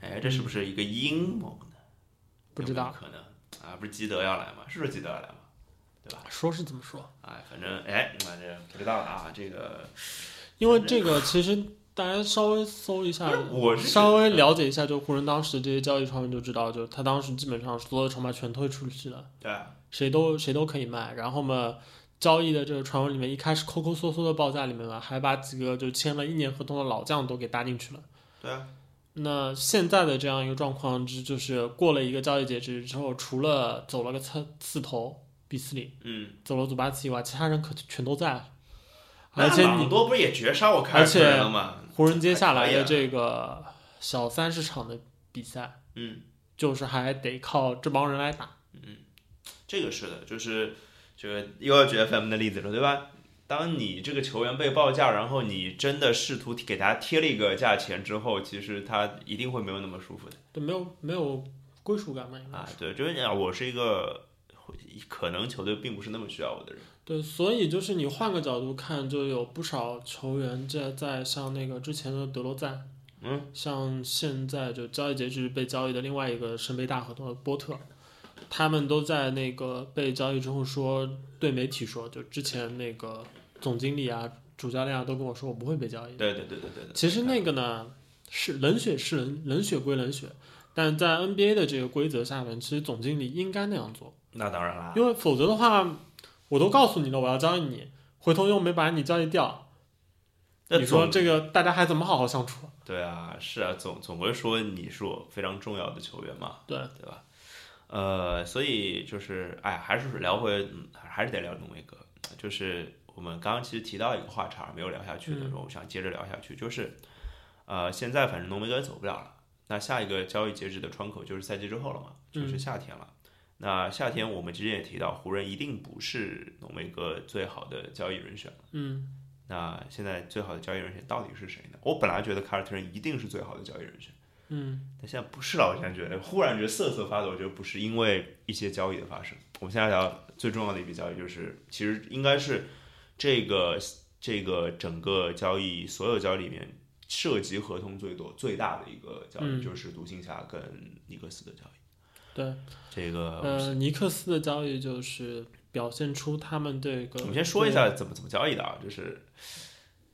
Speaker 1: 哎，这是不是一个阴谋呢？
Speaker 2: 不知道
Speaker 1: 有没有可能啊，不是基德要来吗？是说基德要来吗？
Speaker 2: 说是这么说，
Speaker 1: 哎，反正哎，那这不知道了啊，这个
Speaker 2: 因为这个其实大家稍微搜一下
Speaker 1: 不是，我是觉得
Speaker 2: 稍微了解一下，就湖人当时这些交易传闻就知道，就他当时基本上所有筹码全推出去了。
Speaker 1: 对啊，
Speaker 2: 谁都谁都可以卖。然后嘛，交易的这个传闻里面，一开始抠抠缩缩的报价里面呢，还把几个就签了一年合同的老将都给搭进去了。
Speaker 1: 对啊，
Speaker 2: 那现在的这样一个状况，就就是过了一个交易截止之后，除了走了个刺刺头比斯利，
Speaker 1: 嗯，
Speaker 2: 走了祖巴茨以外，其他人可全都在了。
Speaker 1: 那
Speaker 2: 而且
Speaker 1: 朗
Speaker 2: 你
Speaker 1: 多不是也绝杀我凯尔特人了吗？
Speaker 2: 湖人接下
Speaker 1: 还
Speaker 2: 来
Speaker 1: 可以
Speaker 2: 的
Speaker 1: 啊
Speaker 2: 这个小三十场的比赛，
Speaker 1: 嗯。
Speaker 2: 就是还得靠这帮人来打。
Speaker 1: 这个是的，就是这个又要举 FM 的例子了，对吧？当你这个球员被报价，然后你真的试图给他贴了一个价钱之后，其实他一定会没有那么舒服的
Speaker 2: 对，没有没有归属感嘛？应该
Speaker 1: 啊。对，就是讲我是一个可能球队并不是那么需要我的人，
Speaker 2: 对，所以就是你换个角度看，就有不少球员这在像那个之前的德罗赞，
Speaker 1: 嗯，
Speaker 2: 像现在就交易截止被交易的另外一个圣杯大合同的波特，他们都在那个被交易之后说对媒体说，就之前那个总经理啊、主教练啊都跟我说我不会被交易的。
Speaker 1: 对对对对对对。
Speaker 2: 其实那个呢是冷血是冷冷血归冷血，但在 NBA 的这个规则下面，其实总经理应该那样做。
Speaker 1: 那当然啦，
Speaker 2: 因为否则的话，我都告诉你了，我要交易你，回头又没把你交易掉，
Speaker 1: 那
Speaker 2: 你说
Speaker 1: 总
Speaker 2: 这个大家还怎么好好相处？
Speaker 1: 对啊，是啊，总总归说你是我非常重要的球员嘛，
Speaker 2: 对
Speaker 1: 对吧？呃，所以就是，哎，还是聊回，嗯还是得聊浓威哥，就是我们刚刚其实提到一个话茬没有聊下去的，我想接着聊下去，就是，呃，现在反正浓威哥走不了了，那下一个交易截止的窗口就是赛季之后了嘛，就是夏天了。那夏天我们之前也提到，湖人一定不是浓威哥最好的交易人选。
Speaker 2: 嗯，
Speaker 1: 那现在最好的交易人选到底是谁呢？我本来觉得凯尔特人一定是最好的交易人选，
Speaker 2: 嗯，
Speaker 1: 但现在不是了。我现在觉得，忽然觉得瑟瑟发抖，我觉得不是因为一些交易的发生。我们现在聊最重要的一笔交易，就是其实应该是这个这个整个交易所有交易里面涉及合同最多最大的一个交易，
Speaker 2: 嗯
Speaker 1: 就是独行侠跟尼克斯的交易。
Speaker 2: 对，
Speaker 1: 这个
Speaker 2: 呃，尼克斯的交易就是表现出他们这个，
Speaker 1: 我们先说一下怎么怎么交易的啊，就是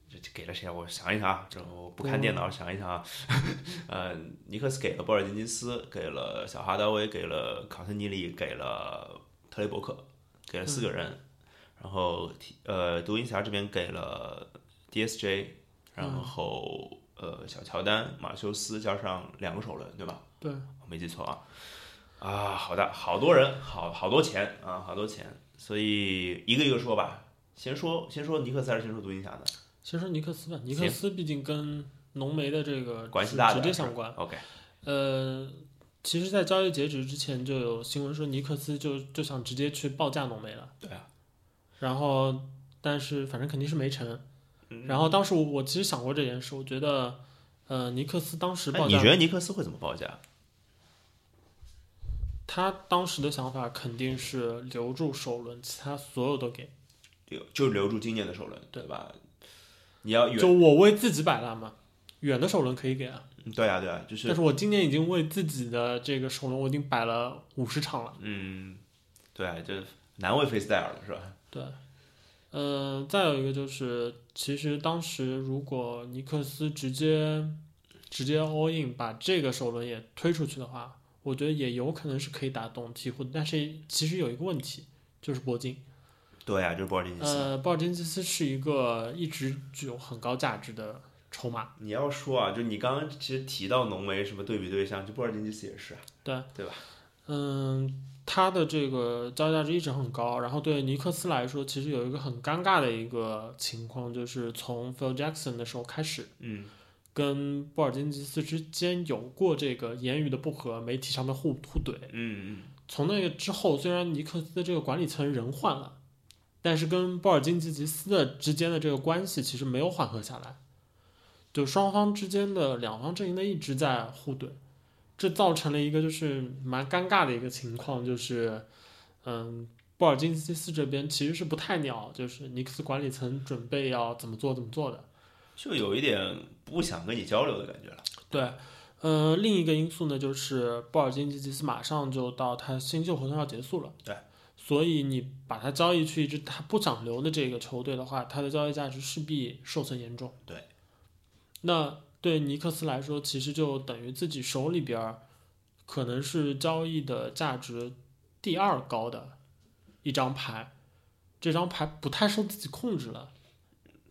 Speaker 1: 这这给了谁啊？我想一想啊，这我不看电脑，想一想啊。 呃，尼克斯给了波尔津吉斯，给了小哈达威，给了考特尼里，给了特雷伯克，给了四个人。然后提呃，独行侠这边给了 DSJ，然后、呃小乔丹、马修斯加上两个首轮，对吧？
Speaker 2: 对，
Speaker 1: 我没记错啊。啊，好的，好多人，好好多钱啊，好多钱，所以一个一个说吧。先说先说尼克斯还是先说独行侠呢
Speaker 2: 先说尼克斯吧，尼克
Speaker 1: 行
Speaker 2: 斯毕竟跟浓眉的这个
Speaker 1: 关系
Speaker 2: 直
Speaker 1: 大点
Speaker 2: 啊直接相关。
Speaker 1: ？OK，
Speaker 2: 呃，其实，在交易截止之前就有新闻说尼克斯就就想直接去报价浓眉了，
Speaker 1: 对啊，
Speaker 2: 然后但是反正肯定是没成。
Speaker 1: 嗯
Speaker 2: 然后当时我我其实想过这件事，我觉得呃尼克斯当时
Speaker 1: 哎
Speaker 2: 报
Speaker 1: 你
Speaker 2: 价
Speaker 1: 觉得尼克斯会怎么报价？
Speaker 2: 他当时的想法肯定是留住首轮，其他所有都给。
Speaker 1: 留就留住今年的首轮，
Speaker 2: 对
Speaker 1: 对吧？你要
Speaker 2: 就
Speaker 1: 远，
Speaker 2: 我为自己摆烂嘛，远的首轮可以给啊，
Speaker 1: 对啊，对啊，就
Speaker 2: 但
Speaker 1: 是
Speaker 2: 是我今年已经为自己的这个首轮我已经摆了五十场了。
Speaker 1: 嗯，对啊，就是难为菲斯戴尔了，是吧？
Speaker 2: 对，嗯、再有一个就是，其实当时如果尼克斯直接直接 all in 把这个首轮也推出去的话，我觉得也有可能是可以打动鹈鹕的。但是其实有一个问题，就是铂金。
Speaker 1: 对啊，就是波尔津吉斯。
Speaker 2: 呃，鲍尔津吉斯是一个一直具有很高价值的筹码，
Speaker 1: 你要说啊，就你刚刚其实提到浓眉什么对比对象，就波尔津吉斯也是啊，
Speaker 2: 嗯，他的这个交易价值一直很高，然后对尼克斯来说，其实有一个很尴尬的一个情况，就是从 Phil Jackson 的时候开始，
Speaker 1: 嗯，
Speaker 2: 跟波尔津吉斯之间有过这个言语的不和，媒体上的互互怼。
Speaker 1: 嗯
Speaker 2: 从那个之后，虽然尼克斯的这个管理层人换了，但是跟波尔津吉斯的之间的这个关系其实没有缓和下来，就双方之间的两方阵营的一直在互怼，这造成了一个就是蛮尴尬的一个情况，就是嗯，波尔津吉斯这边其实是不太鸟，就是尼克斯管理层准备要怎么做怎么做的。
Speaker 1: 就有一点不想跟你交流的感觉了。
Speaker 2: 对，呃，另一个因素呢，就是鲍尔津吉吉斯马上就到他新秀合同要结束了，
Speaker 1: 对，
Speaker 2: 所以你把他交易去一支他不想留的这个球队的话，他的交易价值势必受损严重。
Speaker 1: 对，
Speaker 2: 那对尼克斯来说，其实就等于自己手里边儿可能是交易的价值第二高的一张牌，这张牌不太受自己控制了。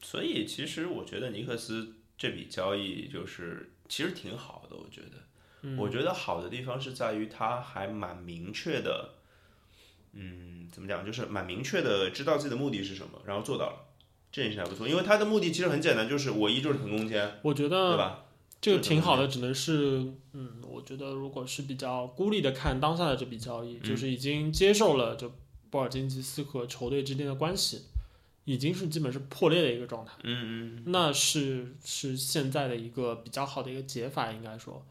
Speaker 1: 所以其实我觉得尼克斯这笔交易就是其实挺好的，我觉得。
Speaker 2: 嗯
Speaker 1: 我觉得好的地方是在于他还蛮明确的，嗯，怎么讲，就是蛮明确的知道自己的目的是什么，然后做到了，这件事还不错。因为他的目的其实很简单，就是我依旧是腾空间，
Speaker 2: 我觉得
Speaker 1: 对吧？
Speaker 2: 这个
Speaker 1: 这
Speaker 2: 挺
Speaker 1: 种
Speaker 2: 好的，只能是，嗯，我觉得如果是比较孤立的看当下的这笔交易，就是已经接受了就波尔津吉斯和球队之间的关系，已经是基本是破裂的一个状态，
Speaker 1: 嗯嗯，
Speaker 2: 那是是现在的一个比较好的一个解法，应该说。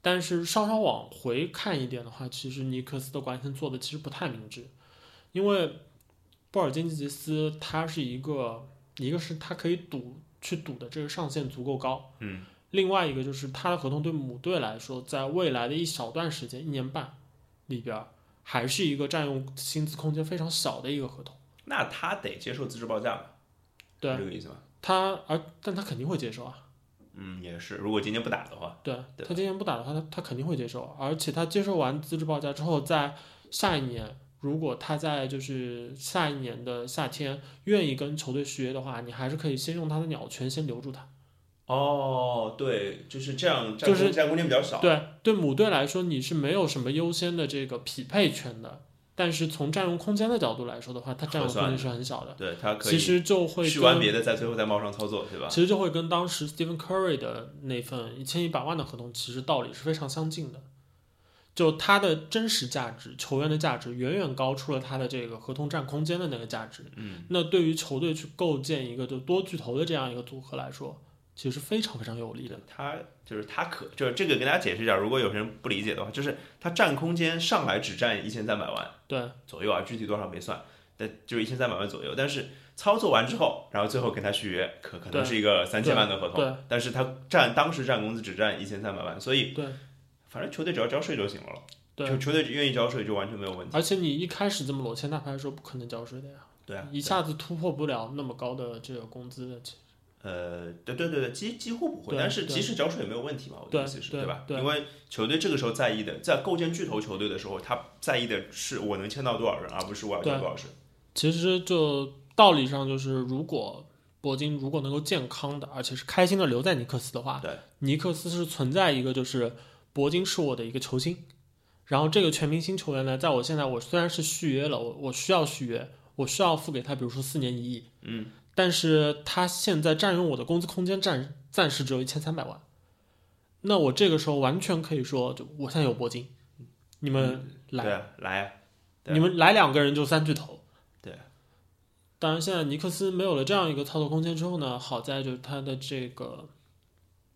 Speaker 2: 但是稍稍往回看一点的话，其实尼克斯的管理层做的其实不太明智，因为波尔津吉斯他是一个，一个是他可以赌去赌的这个上限足够高。
Speaker 1: 嗯，
Speaker 2: 另外一个就是他的合同对母队来说，在未来的一小段时间，一年半里边儿，还是一个占用薪资空间非常小的一个合同。
Speaker 1: 那他得接受资质报价嘛？
Speaker 2: 对
Speaker 1: 是这个意思吗？
Speaker 2: 他而但他肯定会接受啊，
Speaker 1: 嗯，也是。如果今天不打的话，
Speaker 2: 对
Speaker 1: 对
Speaker 2: 他今年不打的话，他他肯定会接受，啊而且他接受完资质报价之后，在下一年，如果他在就是下一年的夏天愿意跟球队续约的话，你还是可以先用他的鸟权先留住他。
Speaker 1: 哦，对，就是这样，占
Speaker 2: 就是
Speaker 1: 空占空间比较少。
Speaker 2: 对对，母队来说你是没有什么优先的这个匹配权的，但是从占用空间的角度来说的话，它占用
Speaker 1: 核算
Speaker 2: 空间是很小的。
Speaker 1: 对他可
Speaker 2: 其
Speaker 1: 以
Speaker 2: 实就会
Speaker 1: 去完
Speaker 2: 跟
Speaker 1: 别的，在最后再冒上操作，对吧？
Speaker 2: 其实就会跟当时 Stephen Curry 的那份一千一百万的合同，其实道理是非常相近的。就他的真实价值，球员的价值远远高出了他的这个合同占空间的那个价值。
Speaker 1: 嗯，
Speaker 2: 那对于球队去构建一个就多巨头的这样一个组合来说，其实是非常非常有利的。
Speaker 1: 他就是他可就是这个跟大家解释一下，如果有些人不理解的话，就是他占空间上来只占一千三百万
Speaker 2: 对，
Speaker 1: 左右啊，具体多少没算，但就是一千三百万左右。但是操作完之后，然后最后跟他续约，可可
Speaker 2: 对
Speaker 1: 能是一个三千万的合
Speaker 2: 对
Speaker 1: 同，但是他占当时占工资只占一千三百万，所以
Speaker 2: 对
Speaker 1: 反正球队只要交税就行了咯，
Speaker 2: 对，
Speaker 1: 就球队愿意交税就完全没有问题。
Speaker 2: 而且你一开始这么裸签大牌的时候，不可能交税的呀，
Speaker 1: 对啊，
Speaker 2: 一下子突破不了那么高的这个工资的。
Speaker 1: 呃，对对对对，几几乎不会，
Speaker 2: 对
Speaker 1: 但是
Speaker 2: 对
Speaker 1: 即使交税也没有问题嘛，我
Speaker 2: 对
Speaker 1: 的意思是，
Speaker 2: 对
Speaker 1: 吧？
Speaker 2: 对
Speaker 1: 因为球队这个时候在意的，在构建巨头球队的时候，他在意的是我能签到多少人，而不是我要交
Speaker 2: 对
Speaker 1: 多少税。
Speaker 2: 其实就道理上就是，如果铂金如果能够健康的，而且是开心的留在尼克斯的话，
Speaker 1: 对，
Speaker 2: 尼克斯是存在一个就是铂金是我的一个球星，然后这个全明星球员呢，在我现在我虽然是续约了，我我需要续约，我需要付给他比如说四年一亿，
Speaker 1: 嗯，
Speaker 2: 但是他现在占用我的工资空间暂暂时只有一千三百万，那我这个时候完全可以说，就我现在有铂金，你们来，
Speaker 1: 对啊，来啊，对
Speaker 2: 你们来两个人就三巨头。
Speaker 1: 对。
Speaker 2: 当然，现在尼克斯没有了这样一个操作空间之后呢，好在就是他的这个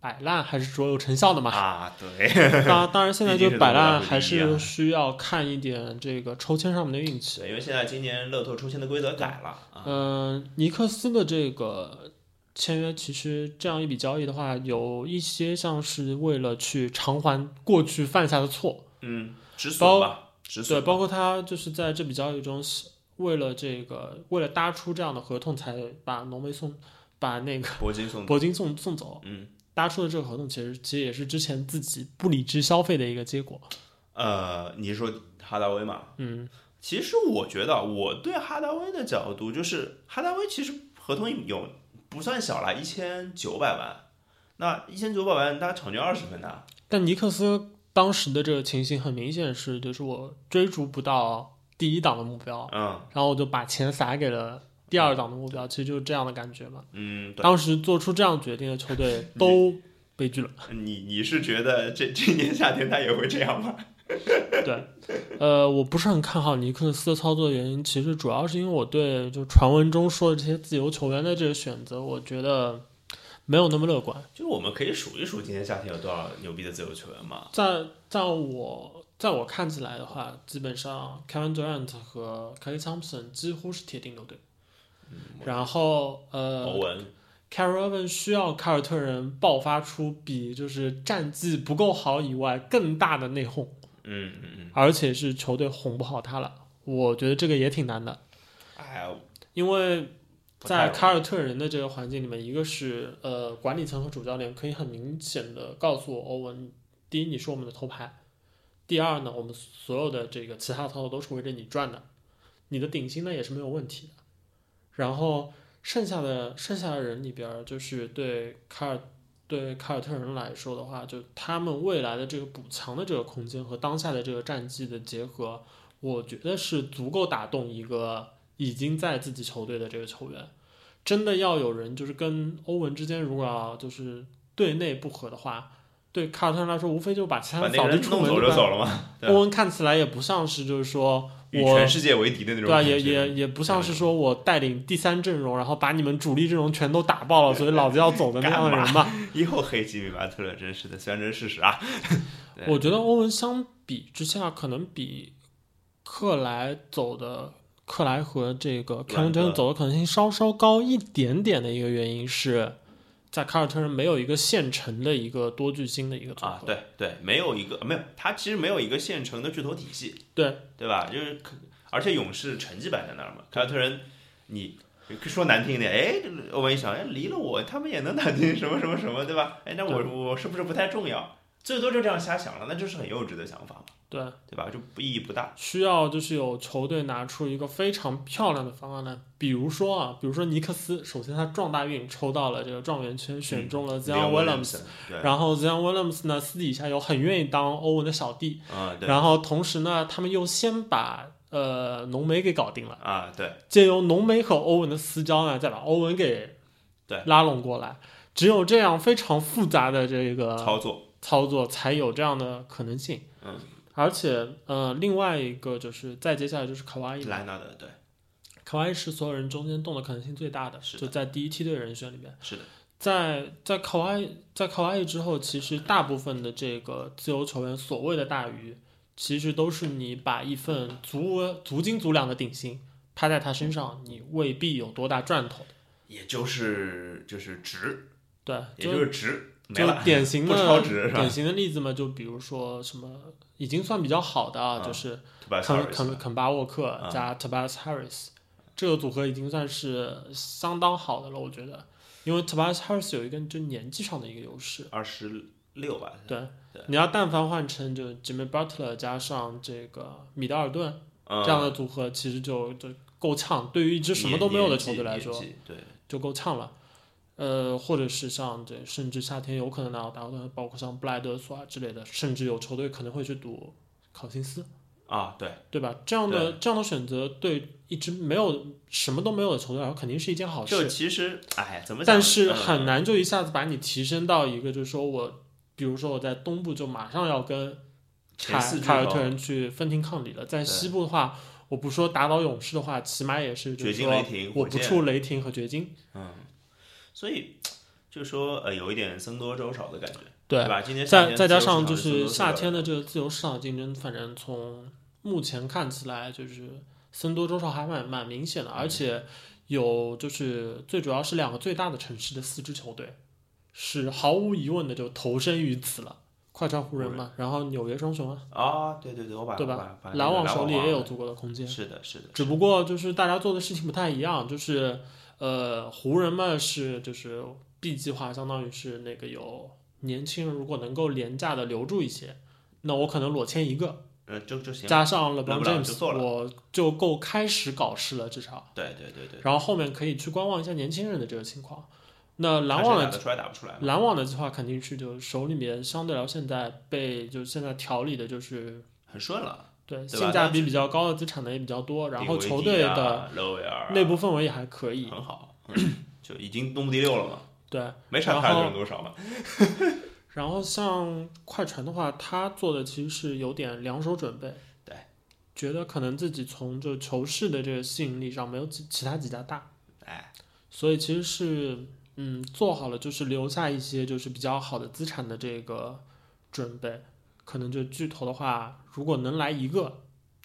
Speaker 2: 摆烂还是卓有成效的嘛。
Speaker 1: 啊， 对，
Speaker 2: 当当然，现在
Speaker 1: 毕竟
Speaker 2: 就是摆
Speaker 1: 东道
Speaker 2: 烂
Speaker 1: 主
Speaker 2: 还
Speaker 1: 第一啊
Speaker 2: 是需要看一点这个抽签上面的运气。
Speaker 1: 对，因为现在今年乐透抽签的规则改了啊，
Speaker 2: 嗯、尼克斯的这个签约，其实这样一笔交易的话，有一些像是为了去偿还过去犯下的错，
Speaker 1: 嗯，止损吧，止
Speaker 2: 对，
Speaker 1: 损，
Speaker 2: 包括他就是在这笔交易中，为了这个为了搭出这样的合同，才把浓眉送，把那个
Speaker 1: 铂金送，
Speaker 2: 铂金送送走。
Speaker 1: 嗯，
Speaker 2: 搭出的这个合同，其实其实也是之前自己不理智消费的一个结果。
Speaker 1: 呃，你是说哈达威嘛？
Speaker 2: 嗯，
Speaker 1: 其实我觉得，我对哈达威的角度就是，哈达威其实合同有不算小了，一千九百万，那一千九百万他场均二十分呐，
Speaker 2: 但尼克斯当时的这个情形，很明显是就是我追逐不到第一档的目标。
Speaker 1: 嗯
Speaker 2: 然后我就把钱撒给了第二档的目标，其实就是这样的感觉嘛。
Speaker 1: 嗯，对，
Speaker 2: 当时做出这样决定的球队都悲剧了，
Speaker 1: 你你是觉得这今年夏天他也会这样吗？
Speaker 2: 对。呃，我不是很看好尼克斯的操作原因，其实主要是因为我对就传闻中说的这些自由球员的这个选择，我觉得没有那么乐观。
Speaker 1: 就我们可以数一数今年夏天有多少牛逼的自由球员嘛？
Speaker 2: 在在我在我看起来的话，基本上 Kevin Durant 和 Klay Thompson 几乎是铁定牛队。然后呃，
Speaker 1: 欧文，
Speaker 2: 凯尔 v 文需要凯尔特人爆发出比就是战绩不够好以外更大的内讧，
Speaker 1: 嗯嗯嗯，
Speaker 2: 而且是球队哄不好他了。我觉得这个也挺难的，
Speaker 1: 哎呀，
Speaker 2: 因为
Speaker 1: 不太
Speaker 2: 在
Speaker 1: 容易
Speaker 2: 凯尔特人的这个环境里面，一个是呃管理层和主教练可以很明显的告诉欧文，第一你是我们的头牌，第二呢我们所有的这个其他操作都是围着你转的，你的顶薪呢也是没有问题的。然后剩下的剩下的人里边儿，就是对凯尔对凯尔特人来说的话，就他们未来的这个补强的这个空间和当下的这个战绩的结合，我觉得是足够打动一个已经在自己球队的这个球员。真的要有人就是跟欧文之间，如果要就是队内不和的话，对凯尔特人来说，无非就把其他
Speaker 1: 把
Speaker 2: 人
Speaker 1: 那个
Speaker 2: 扫地
Speaker 1: 人
Speaker 2: 出
Speaker 1: 弄
Speaker 2: 门
Speaker 1: 走
Speaker 2: 就
Speaker 1: 就
Speaker 2: 完
Speaker 1: 走了嘛，对啊吧
Speaker 2: 欧文看起来也不像是就是说
Speaker 1: 与
Speaker 2: 我
Speaker 1: 全世界为敌的那种
Speaker 2: 对啊，
Speaker 1: 感
Speaker 2: 也
Speaker 1: 觉，嗯
Speaker 2: 也也不像是说我带领第三阵容，然后把你们主力阵容全都打爆了，所以老子要走的那样的人吧。
Speaker 1: 又黑吉米巴特勒，真是的，虽然这是事实啊，对
Speaker 2: 我觉得欧文相比之下，可能比克莱走的克莱和这个凯文
Speaker 1: 兰德
Speaker 2: 真走的可能性稍稍高一点点的一个原因是，在凯尔特人没有一个现成的一个多巨星的一个组
Speaker 1: 啊，
Speaker 2: 合。
Speaker 1: 对对，没有一个没有，他其实没有一个现成的巨头体系，
Speaker 2: 对
Speaker 1: 对吧？就是可，而且勇士成绩摆在那儿嘛，凯尔特人，你说难听一点，哎，欧文一想，哎，离了我，他们也能打进什么什么什么，对吧？哎，那我我是不是不太重要？最多就这样瞎想了，那就是很幼稚的想法嘛，
Speaker 2: 对，
Speaker 1: 对吧？就不意义不大。
Speaker 2: 需要就是有球队拿出一个非常漂亮的方案来，比如说啊，比如说尼克斯，首先他撞大运抽到了这个状元签，选中了呃 Zion Williams，、
Speaker 1: 嗯对，
Speaker 2: 然后 Zion Williams 呢私底下又很愿意当欧文的小弟，
Speaker 1: 嗯，对，
Speaker 2: 然后同时呢，他们又先把呃浓眉给搞定了，
Speaker 1: 啊，对，
Speaker 2: 借由浓眉和欧文的私交呢，再把欧文给
Speaker 1: 对
Speaker 2: 拉拢过来，只有这样非常复杂的这个
Speaker 1: 操作，
Speaker 2: 操作才有这样的可能性。
Speaker 1: 嗯，
Speaker 2: 而且呃，另外一个就是再接下来就是卡哇伊了，
Speaker 1: 莱纳德，对，
Speaker 2: 卡哇伊是所有人中间动的可能性最大的，
Speaker 1: 是的
Speaker 2: 就在第一梯队人选里面。
Speaker 1: 是的，
Speaker 2: 在在卡哇伊在卡哇伊之后，其实大部分的这个自由球员所谓的大鱼，其实都是你把一份足额足斤足两的顶薪拍在他身上，你未必有多大赚头。
Speaker 1: 也就是就是值，
Speaker 2: 对，
Speaker 1: 也就是值，没
Speaker 2: 就
Speaker 1: 了，
Speaker 2: 典型
Speaker 1: 不超
Speaker 2: 的
Speaker 1: 值是吧
Speaker 2: 典型的例子嘛，就比如说什么已经算比较好的啊，
Speaker 1: 嗯
Speaker 2: 就是
Speaker 1: 对吧？
Speaker 2: 肯肯肯巴沃克
Speaker 1: 嗯
Speaker 2: 加 Tobias Harris、这个组合已经算是相当好的了，我觉得，因为 Tobias Harris 有一个就年纪上的一个优势。
Speaker 1: 二十六吧，
Speaker 2: 对
Speaker 1: 对，
Speaker 2: 你要但凡换成就是 Jimmy Butler 加上这个米德尔顿
Speaker 1: 嗯
Speaker 2: 这样的组合，其实就就够呛。对于一支什么都没有的球队来说，，
Speaker 1: 年纪对，
Speaker 2: 就够呛了。呃，或者是像这，甚至夏天有可能拿到达顿，包括像布莱德索啊之类的，甚至有球队可能会去赌考辛斯，
Speaker 1: 啊，对，
Speaker 2: 对吧？这样的这样的选择，对一支没有什么都没有的球队来说，肯定哦是一件好
Speaker 1: 就
Speaker 2: 事。
Speaker 1: 其实，哎，怎么讲？
Speaker 2: 但是
Speaker 1: 嗯
Speaker 2: 很难就一下子把你提升到一个，就是说我，比如说我在东部就马上要跟
Speaker 1: 前
Speaker 2: 凯
Speaker 1: 四巨
Speaker 2: 凯尔特
Speaker 1: 头
Speaker 2: 人去分庭抗礼了。在西部的话，我不说打倒勇士的话，起码也是就是
Speaker 1: 掘金
Speaker 2: 说
Speaker 1: 雷霆
Speaker 2: 我
Speaker 1: 火
Speaker 2: 不
Speaker 1: 箭
Speaker 2: 怵雷霆和掘金。
Speaker 1: 嗯，所以就说呃，有一点僧多粥少的感觉，
Speaker 2: 对
Speaker 1: 对，吧？今年夏
Speaker 2: 再
Speaker 1: 天
Speaker 2: 再加
Speaker 1: 自由市
Speaker 2: 上
Speaker 1: 场僧多
Speaker 2: 就是
Speaker 1: 粥
Speaker 2: 夏
Speaker 1: 少
Speaker 2: 天
Speaker 1: 的
Speaker 2: 的这个自由市场竞争，反正从目前看起来就是僧多粥少还蛮蛮明显的，
Speaker 1: 嗯
Speaker 2: 而且有就是最主要是两个最大的城市的四支球队是毫无疑问的就投身于此了，快船、湖人
Speaker 1: 湖
Speaker 2: 嘛，然后纽约双雄啊，
Speaker 1: 啊，对对对，我把
Speaker 2: 对吧
Speaker 1: 吧？把那个
Speaker 2: 篮网手里也有
Speaker 1: 忘
Speaker 2: 足够的空
Speaker 1: 了
Speaker 2: 间，
Speaker 1: 是的，是的，
Speaker 2: 只不过就是大家做的事情不太一样，就是呃，湖人嘛是就是 B 计划，相当于是那个有年轻人如果能够廉价的留住一些，那我可能裸签一个，
Speaker 1: 呃，就就行，
Speaker 2: 加上
Speaker 1: 勒
Speaker 2: LeBron
Speaker 1: 布朗就做
Speaker 2: James，
Speaker 1: 了
Speaker 2: 我就够开始搞事了，至少。
Speaker 1: 对对对对，
Speaker 2: 然后后面可以去观望一下年轻人的这个情况。那篮
Speaker 1: 看
Speaker 2: 网
Speaker 1: 谁
Speaker 2: 的
Speaker 1: 打得出来打不出来嘛，
Speaker 2: 篮网的计划肯定是就手里面相对来说现在被就现在调理的就是
Speaker 1: 很顺了。
Speaker 2: 对
Speaker 1: 对吧
Speaker 2: 性价比比较高的资产呢也比较多，然后
Speaker 1: 迪维
Speaker 2: 球
Speaker 1: 迪
Speaker 2: 队
Speaker 1: 啊
Speaker 2: 的
Speaker 1: 勒维尔啊
Speaker 2: 内部氛围也还可以。
Speaker 1: 很好，嗯就已经东部第六了嘛，
Speaker 2: 对，
Speaker 1: 没差
Speaker 2: 然
Speaker 1: 太
Speaker 2: 后
Speaker 1: 多多少嘛。
Speaker 2: 然后像快船的话，他做的其实是有点两手准备，
Speaker 1: 对，
Speaker 2: 觉得可能自己从这球市的这个吸引力上没有其其他几家大，
Speaker 1: 哎，
Speaker 2: 所以其实是嗯做好了，就是留下一些就是比较好的资产的这个准备。可能就巨头的话，如果能来一个，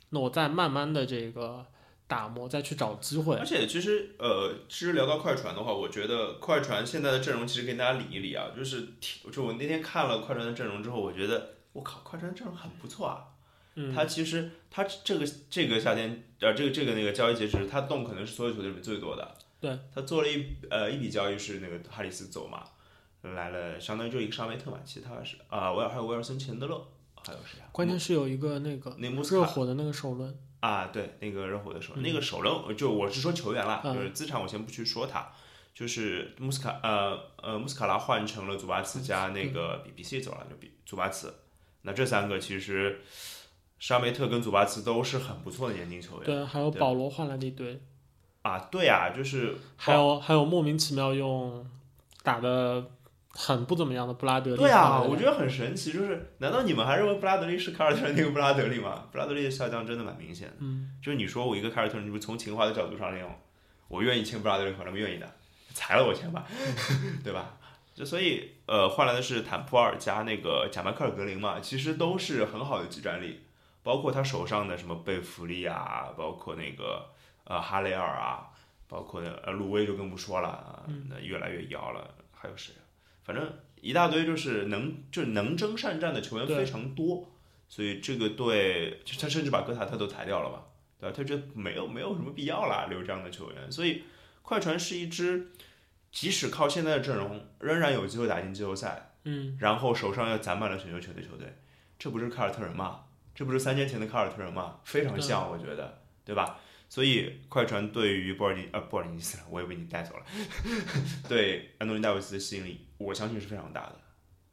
Speaker 2: 那我再慢慢的这个打磨，再去找机会
Speaker 1: 而。且其实呃，其实聊到快船的话，我觉得快船现在的阵容其实跟大家理一理啊，就是挺就我那天看了快船的阵容之后，我觉得我靠，快船阵容很不错啊。
Speaker 2: 嗯，
Speaker 1: 他其实他这个这个夏天，呃，这个这个那个交易截止日，他动可能是所有球队里面最多的。
Speaker 2: 对，
Speaker 1: 他做了一呃一笔交易是那个哈里斯走嘛，来了相当于就一个沙梅特嘛，其他是啊威尔还有威尔森钱德勒，还有谁啊？
Speaker 2: 关键是有一个那个
Speaker 1: 内穆斯
Speaker 2: 热
Speaker 1: 卡
Speaker 2: 火的那个首轮。
Speaker 1: 啊，对，那个热火的首轮，
Speaker 2: 嗯
Speaker 1: 那个首轮就我是说球员啦，
Speaker 2: 嗯
Speaker 1: 就是资产我先不去说他，就是穆斯卡呃呃穆斯卡拉换成了祖巴茨加
Speaker 2: 嗯
Speaker 1: 那个比比 C 走了，就比祖巴茨，那这三个其实沙梅特跟祖巴茨都是很不错的年轻球员。
Speaker 2: 对，还有
Speaker 1: 啊对
Speaker 2: 保罗换来的一堆，
Speaker 1: 啊，对啊，就是
Speaker 2: 还有还有莫名其妙用打的很不怎么样的布拉德利
Speaker 1: 对啊，我
Speaker 2: 觉
Speaker 1: 觉得很神奇，就是难道你们还认为布拉德利是凯尔特人那个布拉德利吗？布拉德利的下降真的蛮明显的。
Speaker 2: 嗯，
Speaker 1: 就是你说我一个凯尔特人，你不从情怀的角度上来讲，我愿意签布拉德利，可能不愿意的，裁了我签吧，
Speaker 2: 嗯
Speaker 1: 对吧？就所以呃，换来的是坦普尔加那个贾迈克尔格林嘛，其实都是很好的集战力，包括他手上的什么贝弗利啊，包括那个呃哈雷尔啊，包括呃路威就更不说了，啊
Speaker 2: 嗯
Speaker 1: 那越来越妖了，还有谁啊？反正一大堆就是能就是能征善战的球员
Speaker 2: 对
Speaker 1: 非常多，所以这个队就他甚至把戈塔特都裁掉了嘛，对吧？他觉得没有没有什么必要啦，留这样的球员，所以快船是一支即使靠现在的阵容仍然有机会打进季后赛，
Speaker 2: 嗯，
Speaker 1: 然后手上又攒满了选秀权的球队，这不是凯尔特人吗？这不是三年前的凯尔特人吗？非常像，我觉得，对吧？所以快船对于波尔尼呃波尔尼斯，我也被你带走了， 对安东尼戴维斯的吸引力，我相信是非常大的，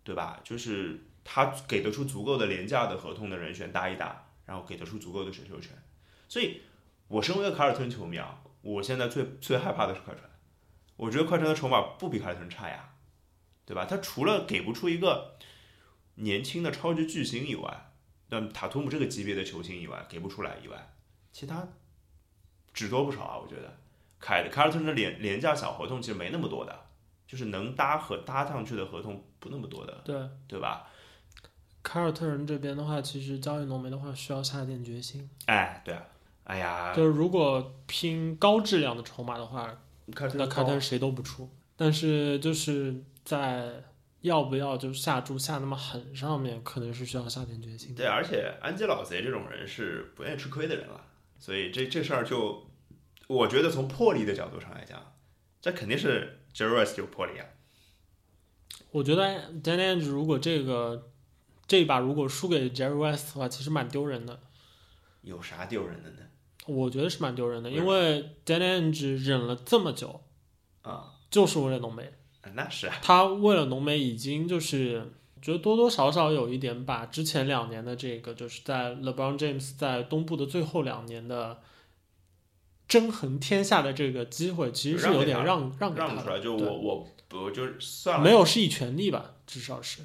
Speaker 1: 对吧？就是他给得出足够的廉价的合同的人选搭一搭，然后给得出足够的选秀权，所以我身为一个凯尔特人球迷啊，我现在最最害怕的是快船，我觉得快船的筹码不比凯尔特人差呀，对吧？他除了给不出一个年轻的超级巨星以外，那塔图姆这个级别的球星以外给不出来以外，其他只多不少啊，我觉得。凯凯尔特人的廉廉价小合同其实没那么多的，就是能搭合搭上去的合同不那么多的，
Speaker 2: 对。
Speaker 1: 对吧？
Speaker 2: 凯尔特人这边的话，其实交易浓眉的话，需要下点决心。
Speaker 1: 哎，对啊，哎呀，
Speaker 2: 就是如果拼高质量的筹码的话，
Speaker 1: 凯尔特
Speaker 2: 那
Speaker 1: 人
Speaker 2: 凯尔特
Speaker 1: 高
Speaker 2: 人谁都不出。但是就是在要不要就下注下那么狠上面，可能是需要下点决心。
Speaker 1: 对，而且安吉老贼这种人是不愿意吃亏的人了，所以这这事儿就，我觉得从魄力的角度上来讲，这肯定是 j e r r s 有魄力啊。
Speaker 2: 我觉得 Danny Ainge 如果这个这一把如果输给 Jerry West 的话，其实蛮丢人的。
Speaker 1: 有啥丢人的呢？
Speaker 2: 我觉得是蛮丢人的，
Speaker 1: 为什
Speaker 2: 因为 Danny Ainge 忍了这么久，
Speaker 1: 啊、
Speaker 2: 就是为了浓眉。
Speaker 1: 那是啊，
Speaker 2: 他为了浓眉已经就是觉得多多少少有一点把之前两年的这个就是在 LeBron James 在东部的最后两年的争衡天下的这个机会，其实是
Speaker 1: 让给
Speaker 2: 有点
Speaker 1: 他
Speaker 2: 让让给
Speaker 1: 让
Speaker 2: 他
Speaker 1: 不出
Speaker 2: 的，
Speaker 1: 来。就
Speaker 2: 对
Speaker 1: 我我我就是算了，
Speaker 2: 没有是以权力吧，至少是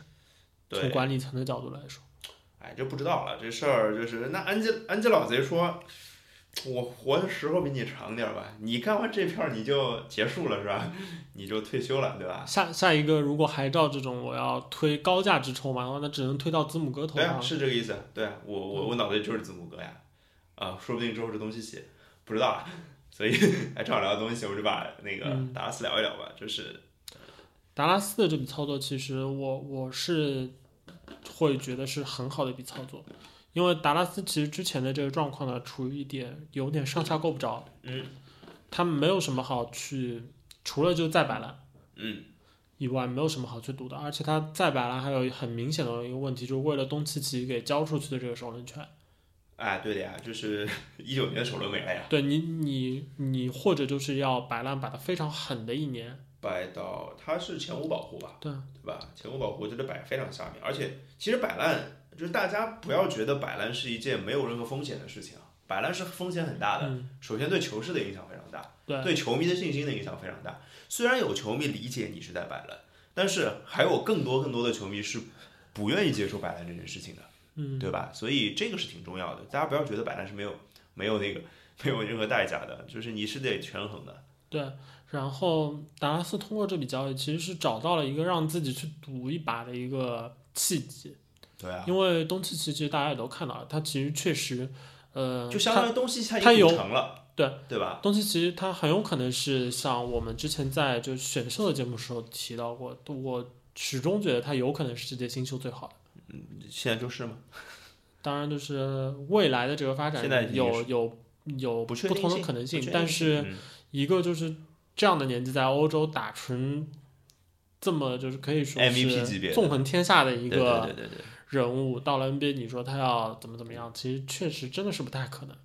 Speaker 2: 从
Speaker 1: 对，
Speaker 2: 管理层的角度来说，
Speaker 1: 哎，这不知道了，这事儿就是那安吉安吉老贼说，我活的时候比你长点儿吧，你干完这票你就结束了是吧？ 你就退休了对吧？
Speaker 2: 下下一个，如果还照这种我要推高价值筹码的话，那只能推到字母哥头
Speaker 1: 对
Speaker 2: 上
Speaker 1: 啊，
Speaker 2: 了。
Speaker 1: 是这个意思。对啊，我我我脑子里就是字母哥呀，啊、说不定之后这东西写不知道啊，所以 哎，正好聊到东西，我就把那个
Speaker 2: 嗯
Speaker 1: 达拉斯聊一聊吧，就是
Speaker 2: 达拉斯的这笔操作，其实我我是会觉得是很好的一笔操作，因为达拉斯其实之前的这个状况呢，处于一点有点上下够不着，
Speaker 1: 嗯，
Speaker 2: 他们没有什么好去，除了就再摆烂
Speaker 1: 嗯
Speaker 2: 以外，没有什么好去赌的，而且他再摆烂还有很明显的一个问题，就是为了东契奇给交出去的这个首轮权，
Speaker 1: 哎，对的呀，就是 一九年的首轮没了呀，
Speaker 2: 对你你你或者就是要摆烂摆的非常狠的一年，
Speaker 1: 摆到他是前五保护吧，
Speaker 2: 对
Speaker 1: 对吧？前五保护就得摆非常下面，而且其实摆烂就是大家不要觉得摆烂是一件没有任何风险的事情啊，摆烂是风险很大的，
Speaker 2: 嗯，
Speaker 1: 首先对球市的影响非常大，
Speaker 2: 对
Speaker 1: 对球迷的信心的影响非常大。虽然有球迷理解你是在摆烂，但是还有更多更多的球迷是不愿意接受摆烂这件事情的，
Speaker 2: 嗯，
Speaker 1: 对吧？所以这个是挺重要的，大家不要觉得摆烂是没有没有那个没有任何代价的，就是你是得权衡的。
Speaker 2: 对，然后达拉斯通过这笔交易，其实是找到了一个让自己去赌一把的一个契机，
Speaker 1: 对啊，
Speaker 2: 因为东契奇其实大家也都看到了，他其实确实，呃，
Speaker 1: 就相
Speaker 2: 他
Speaker 1: 当于东西它
Speaker 2: 他
Speaker 1: 已
Speaker 2: 有
Speaker 1: 经成了，
Speaker 2: 对
Speaker 1: 对吧？
Speaker 2: 东契奇他很有可能是像我们之前在就选秀的节目时候提到过，我始终觉得他有可能是世界新秀最好的。
Speaker 1: 现在就是嘛，
Speaker 2: 当然，就是未来的这个发展
Speaker 1: 现在已经
Speaker 2: 有
Speaker 1: 是
Speaker 2: 有有
Speaker 1: 不
Speaker 2: 不
Speaker 1: 确定
Speaker 2: 同的
Speaker 1: 性
Speaker 2: 可能
Speaker 1: 不
Speaker 2: 性
Speaker 1: 确，定
Speaker 2: 但
Speaker 1: 性
Speaker 2: 是
Speaker 1: 嗯
Speaker 2: 一个就是这样的年纪在欧洲打成这么就是可以说
Speaker 1: MVP 级别
Speaker 2: 是
Speaker 1: 的
Speaker 2: 纵横天下的一
Speaker 1: 对对对
Speaker 2: 个
Speaker 1: 对对，
Speaker 2: 人物，到了 NBA 你说他要怎么怎么样，其实确实真的是不太可能。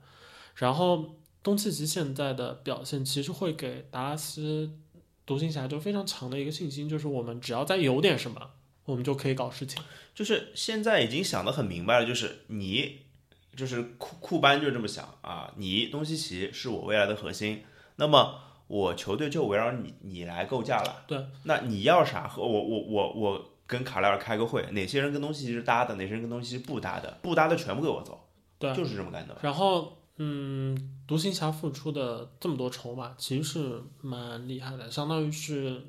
Speaker 2: 然后东契奇现在的表现其实会给达拉斯独行侠就非常强的一个信心，就是我们只要再有点什么，我们就可以搞事情。
Speaker 1: 就是现在已经想得很明白了，就是你，就是库库班就这么想啊，你东契奇是我未来的核心，那么我球队就围绕你你来构架了。
Speaker 2: 对，
Speaker 1: 那你要啥和我我我我跟卡莱尔开个会，哪些人跟东契奇是搭的，哪些人跟东契奇不搭的，不搭的全部给我走。
Speaker 2: 对
Speaker 1: 就是这么干的。
Speaker 2: 然后，嗯，独行侠付出的这么多筹码，其实是蛮厉害的，相当于是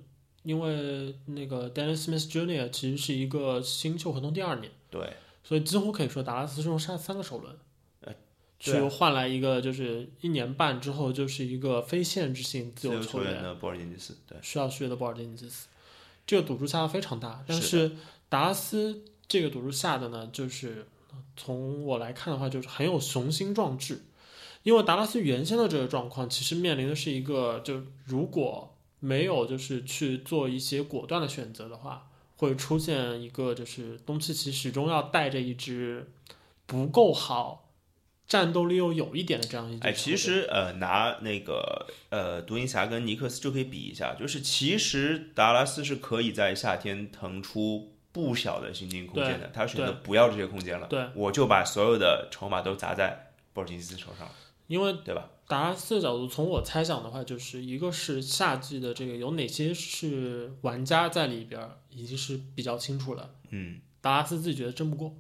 Speaker 2: 因为那个 Dennis Smith Jr. 其实是一个新秀合同第二年，
Speaker 1: 对，
Speaker 2: 所以几乎可以说达拉斯是用上三个首轮
Speaker 1: 呃，对
Speaker 2: 去换来一个就是一年半之后就是一个非限制性
Speaker 1: 自
Speaker 2: 自由
Speaker 1: 由
Speaker 2: 球
Speaker 1: 球
Speaker 2: 员
Speaker 1: 员，的波尔津吉斯，对，
Speaker 2: 需要续约的波尔津吉斯，这个赌注下的非常大，但
Speaker 1: 是
Speaker 2: 是达拉斯这个赌注下的呢，就是呃从我来看的话，就是很有雄心壮志，因为达拉斯原先的这个状况，其实面临的是一个，就如果没有就是去做一些果断的选择的话，会出现一个就是东契奇始终要带着一支不够好、战斗力又有一点的这样一支球队。
Speaker 1: 哎，其实呃，拿那个呃，独行侠跟尼克斯就可以比一下，就是其实达拉斯是可以在夏天腾出不小的薪金空间的，他选择不要这些空间了，
Speaker 2: 对，
Speaker 1: 我就把所有的筹码都砸在波尔津吉斯手上，
Speaker 2: 因为
Speaker 1: 对吧？
Speaker 2: 达拉斯的角度，从我猜想的话，就是一个是夏季的这个有哪些是玩家在里边儿，已经是比较清楚了。
Speaker 1: 嗯，
Speaker 2: 达拉斯自己觉得争不过，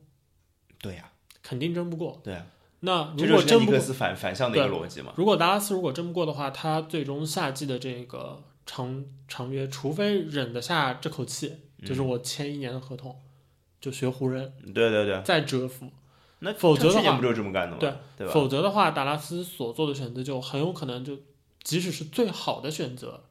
Speaker 1: 对呀、
Speaker 2: 肯定争不过。
Speaker 1: 对呀、
Speaker 2: 那
Speaker 1: 这就
Speaker 2: 如果
Speaker 1: 是跟
Speaker 2: 争
Speaker 1: 尼
Speaker 2: 不
Speaker 1: 克
Speaker 2: 过，
Speaker 1: 斯反反向的一个
Speaker 2: 对
Speaker 1: 逻辑嘛。
Speaker 2: 如果达拉斯如果争不过的话，他最终夏季的这个长长约，除非忍得下这口气，就是
Speaker 1: 嗯
Speaker 2: 我签一年的合同，就学湖人
Speaker 1: 对对对，
Speaker 2: 再蛰伏。
Speaker 1: 那
Speaker 2: 否则的
Speaker 1: 他去年
Speaker 2: 话
Speaker 1: 不就是这么干的吗？
Speaker 2: 对
Speaker 1: 对吧？
Speaker 2: 否则的话，达拉斯所做的选择就很有可能就，即使是最好的选择，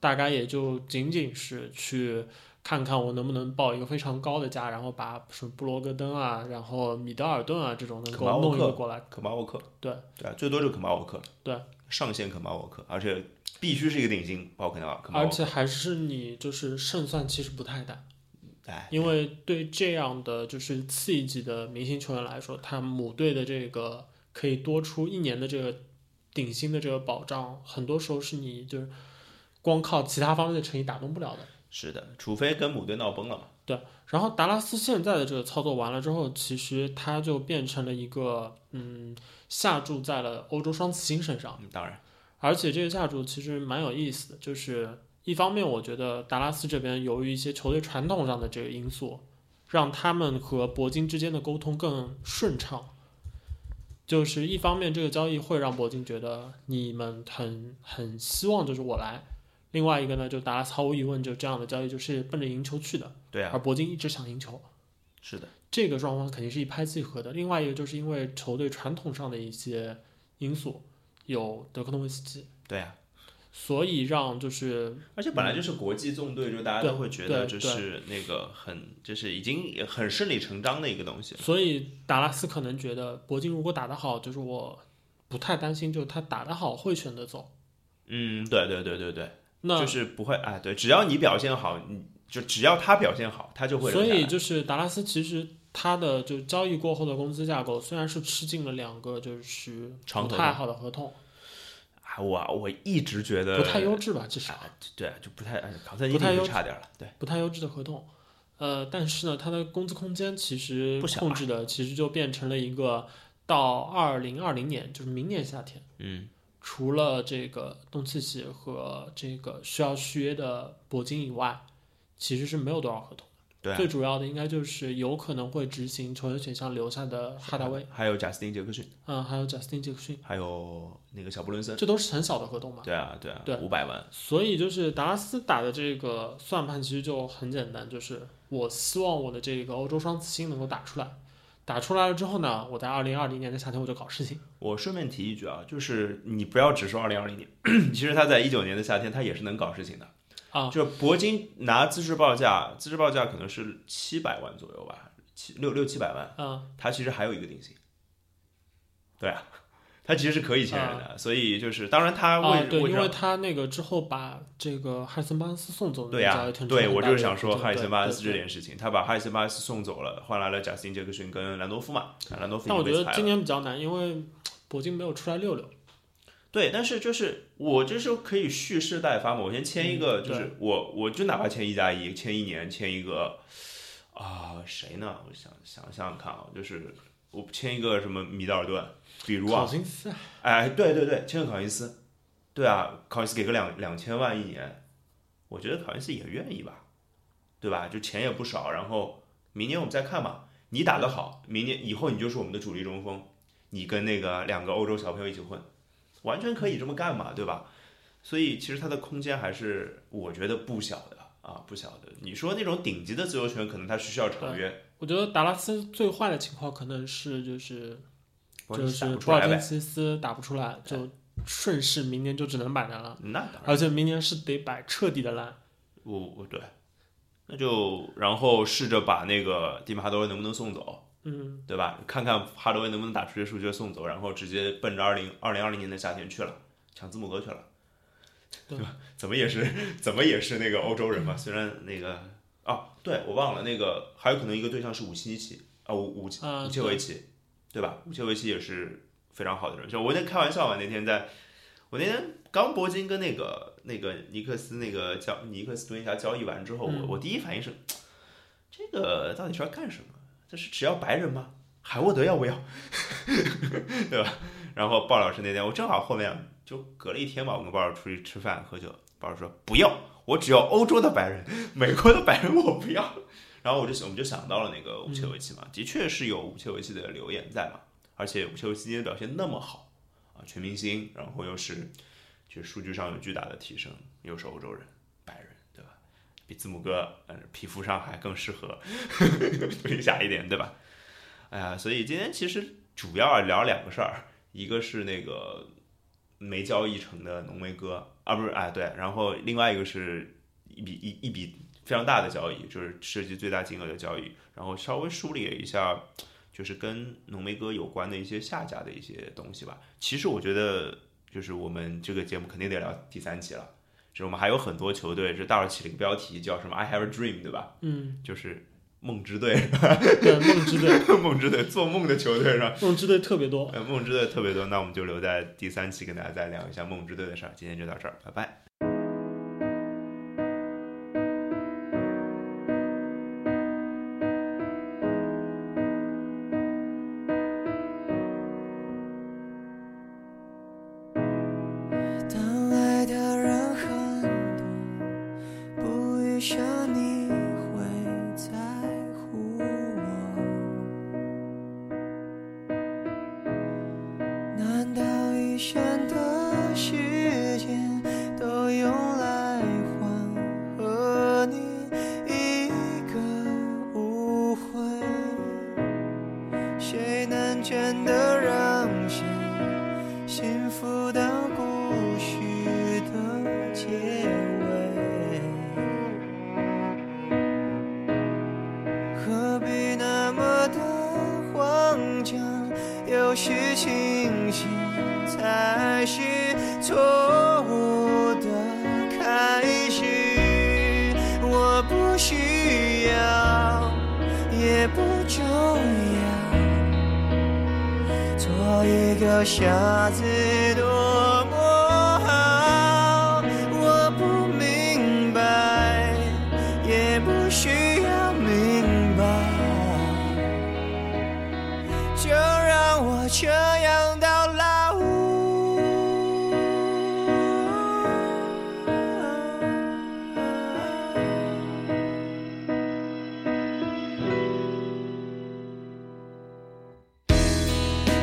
Speaker 2: 大概也就仅仅是去看看我能不能报一个非常高的价，然后把什么布罗格登啊，然后米德尔顿啊这种能
Speaker 1: 可
Speaker 2: 够
Speaker 1: 马沃克
Speaker 2: 弄一个过来。
Speaker 1: 可马沃克，
Speaker 2: 对
Speaker 1: 对啊，最多就可马沃克，
Speaker 2: 对，
Speaker 1: 上限可马沃克，而且必须是一个顶薪，包括可马可马沃
Speaker 2: 而
Speaker 1: 克，
Speaker 2: 且还是你就是胜算其实不太大，
Speaker 1: 哎，
Speaker 2: 因为对这样的就是次一级的明星球员来说，他母队的这个可以多出一年的这个顶薪的这个保障，很多时候是你就是光靠其他方面的诚意打动不了的。
Speaker 1: 是的，除非跟母队闹崩了嘛。
Speaker 2: 然后达拉斯现在的这个操作完了之后，其实它就变成了一个嗯下注在了欧洲双子星身上，
Speaker 1: 嗯当然，
Speaker 2: 而且这个下注其实蛮有意思的，就是一方面我觉得达拉斯这边由于一些球队传统上的这个因素，让他们和铂金之间的沟通更顺畅。就是一方面，这个交易会让铂金觉得你们很很希望就是我来；另外一个呢，就大家毫无疑问，就这样的交易就是奔着赢球去的，
Speaker 1: 对啊
Speaker 2: 而，铂金一直想赢球。
Speaker 1: 是的，
Speaker 2: 这个双方肯定是一拍即合的。另外一个就是因为球队传统上的一些因素，有德克诺维斯基，
Speaker 1: 对啊。
Speaker 2: 所以让就是
Speaker 1: 而且本来就是国际纵队，就大家都会觉得这
Speaker 2: 对对
Speaker 1: 是那个很，就是已经很顺理成章的一个东西了。
Speaker 2: 所以达拉斯可能觉得铂金如果打得好，就是我不太担心，就是他打得好会选择走。
Speaker 1: 嗯，对对对对对，
Speaker 2: 那、
Speaker 1: 就是不会哎，对，只要你表现好，你就只要他表现好，他就会留
Speaker 2: 所
Speaker 1: 下来。
Speaker 2: 以就是达拉斯其实他的就交易过后的工资架构虽然是吃进了两个就是
Speaker 1: 长
Speaker 2: 不
Speaker 1: 合
Speaker 2: 太好的合同，
Speaker 1: 啊，我我一直觉得
Speaker 2: 不太优质吧，至少
Speaker 1: 啊，对啊，就不太哎，冈特尼
Speaker 2: 不太
Speaker 1: 利
Speaker 2: 优
Speaker 1: 就差点了，对，
Speaker 2: 不太优质的合同。呃，但是呢，他的工资空间其实
Speaker 1: 不小啊
Speaker 2: 控制的其实就变成了一个到二零二零年，就是明年夏天。
Speaker 1: 嗯，
Speaker 2: 除了这个东契奇和这个需要续约的铂金以外，其实是没有多少合同。
Speaker 1: 对啊
Speaker 2: 最主要的应该就是有可能会执行球员选项留下的哈达威，，
Speaker 1: 还有贾斯汀杰克逊，
Speaker 2: 嗯，还有贾斯汀杰克逊，
Speaker 1: 还有那个小布伦森，
Speaker 2: 这都是很小的合同嘛。
Speaker 1: 对啊对啊，
Speaker 2: 对
Speaker 1: 五百万，
Speaker 2: 所以就是达拉斯打的这个算盘其实就很简单，就是我希望我的这个欧洲双子星能够打出来，打出来了之后呢，我在二零二零年的夏天我就搞事情。
Speaker 1: 我顺便提一句啊，就是你不要只说二零二零年，其实他在一九年的夏天，他也是能搞事情的
Speaker 2: 啊
Speaker 1: 就铂金拿资质报价，资质报价可能是七百万左右吧，七六六七百万，
Speaker 2: 嗯，
Speaker 1: 他其实还有一个定薪。对啊，他其实是可以签人的，所以就是当然他为、
Speaker 2: 啊，对，
Speaker 1: 为
Speaker 2: 因
Speaker 1: 什
Speaker 2: 为
Speaker 1: 么
Speaker 2: 他那个之后把这个汉森巴恩斯送走，
Speaker 1: 对
Speaker 2: 呀、
Speaker 1: 啊，对
Speaker 2: 对
Speaker 1: 我就是想说哈里森巴恩斯这
Speaker 2: 对。对
Speaker 1: 件事情，他把哈里森巴恩斯送走了，换来了贾斯汀杰克逊跟兰多夫嘛，啊兰多夫
Speaker 2: 但
Speaker 1: 已
Speaker 2: 我
Speaker 1: 经
Speaker 2: 觉
Speaker 1: 被
Speaker 2: 得
Speaker 1: 裁
Speaker 2: 今
Speaker 1: 了。
Speaker 2: 年比较难，因为铂金没有出来溜溜。
Speaker 1: 对，但是就是我就是可以蓄势待发嘛，我先签一个，
Speaker 2: 嗯
Speaker 1: 就是我我就哪怕签一加一，签一年，签一个啊、谁呢？我想想想想看啊，就是我签一个什么米德尔顿，比如啊
Speaker 2: 考，辛斯啊，
Speaker 1: 哎，对对对，签个考辛斯，对啊，考辛斯给个两两千万一年，我觉得考辛斯也愿意吧，对吧？就钱也不少，然后明年我们再看吧。你打得好，明年以后你就是我们的主力中锋，你跟那个两个欧洲小朋友一起混，完全可以这么干嘛，对吧？所以其实他的空间还是我觉得不小的啊，不小的。你说那种顶级的自由球员，可能他是需要长约，
Speaker 2: 我觉得达拉斯最坏的情况可能是就是
Speaker 1: 不
Speaker 2: 就
Speaker 1: 然打
Speaker 2: 是
Speaker 1: 不
Speaker 2: 布
Speaker 1: 出
Speaker 2: 尔
Speaker 1: 来
Speaker 2: 津
Speaker 1: 呗。
Speaker 2: 奇斯打不出来，就顺势明年就只能买单了，
Speaker 1: 那当然。
Speaker 2: 而且明年是得摆彻底的烂。
Speaker 1: 我我哦对，那就然后试着把那个蒂姆哈德威能不能送走，
Speaker 2: 嗯，
Speaker 1: 对吧？看看哈德威能不能打出这数据送走，然后直接奔着二零二零二零年的夏天去了，抢字母哥去了，
Speaker 2: 对
Speaker 1: 吧？ 怎么也是怎么也是那个欧洲人嘛，虽然那个哦，对我忘了那个还有可能一个对象是武西奇啊，武武
Speaker 2: 啊
Speaker 1: 武切维奇，对吧？武切维奇也是非常好的人选。我那天开玩笑嘛，那天在，我那天刚铂金跟那个那个尼克斯那个交尼克斯蹲下交易完之后，我
Speaker 2: 嗯
Speaker 1: 我第一反应是，这个到底是要干什么？这是只要白人吗？海沃德要不要？ 对吧？然后鲍老师那天，我正好后面就隔了一天吧，我跟鲍老师出去吃饭喝酒，鲍老师说不要，我只要欧洲的白人，美国的白人我不要。然后我就我们就想到了那个乌切维奇嘛，的确是有乌切维奇的留言在嘛，而且乌切维奇今天表现那么好啊，全明星，然后又是就是数据上有巨大的提升，又是欧洲人、白人，对吧？比字母哥呃皮肤上还更适合 推一下一点，对吧？哎呀，所以今天其实主要聊两个事儿，一个是那个没交易成的浓眉哥啊，不是哎对，然后另外一个是一笔一一笔非常大的交易，就是涉及最大金额的交易，然后稍微梳理了一下，就是跟浓眉哥有关的一些下家的一些东西吧。其实我觉得，就是我们这个节目肯定得聊第三期了，就是我们还有很多球队，这大伙儿起了一个标题叫什么 “I Have a Dream”，对吧？
Speaker 2: 嗯，
Speaker 1: 就是梦之队，
Speaker 2: 对，梦之队，
Speaker 1: 梦之队做梦的球队是吧？
Speaker 2: 梦之队特别多。
Speaker 1: 呃，梦之队特别多，那我们就留在第三期跟大家再聊一下梦之队的事儿。今天就到这儿，拜拜。
Speaker 3: 当爱的人很多，不预设你会在乎。选的时间都用来换和你一个误会。谁能真的让谁幸福到故事的结尾？何必那么的慌张？有时清醒才是错误的开始。我不需要，也不重要，做一个傻子多么好。我不明白，也不需要明白。就让我这样到老。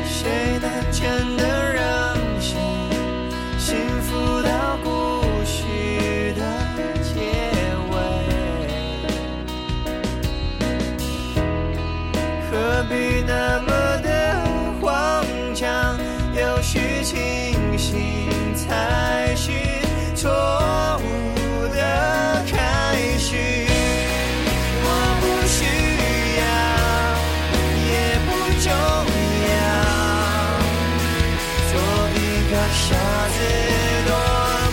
Speaker 3: 谁能真的让谁幸福到故事的结尾？何必那么的慌张？有时清醒才是错误的开始。我不需要，也不重要，做一个傻子多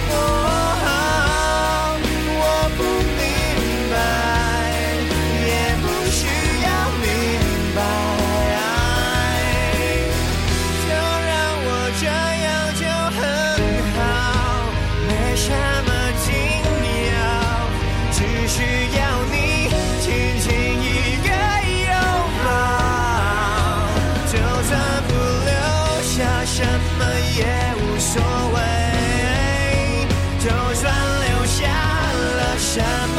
Speaker 3: 么好，我不明白，也不需要明白，就让我这样就很好，没什么紧要，只需要你轻轻一个拥抱，就算不留下什么也无所谓，就算留下了什么。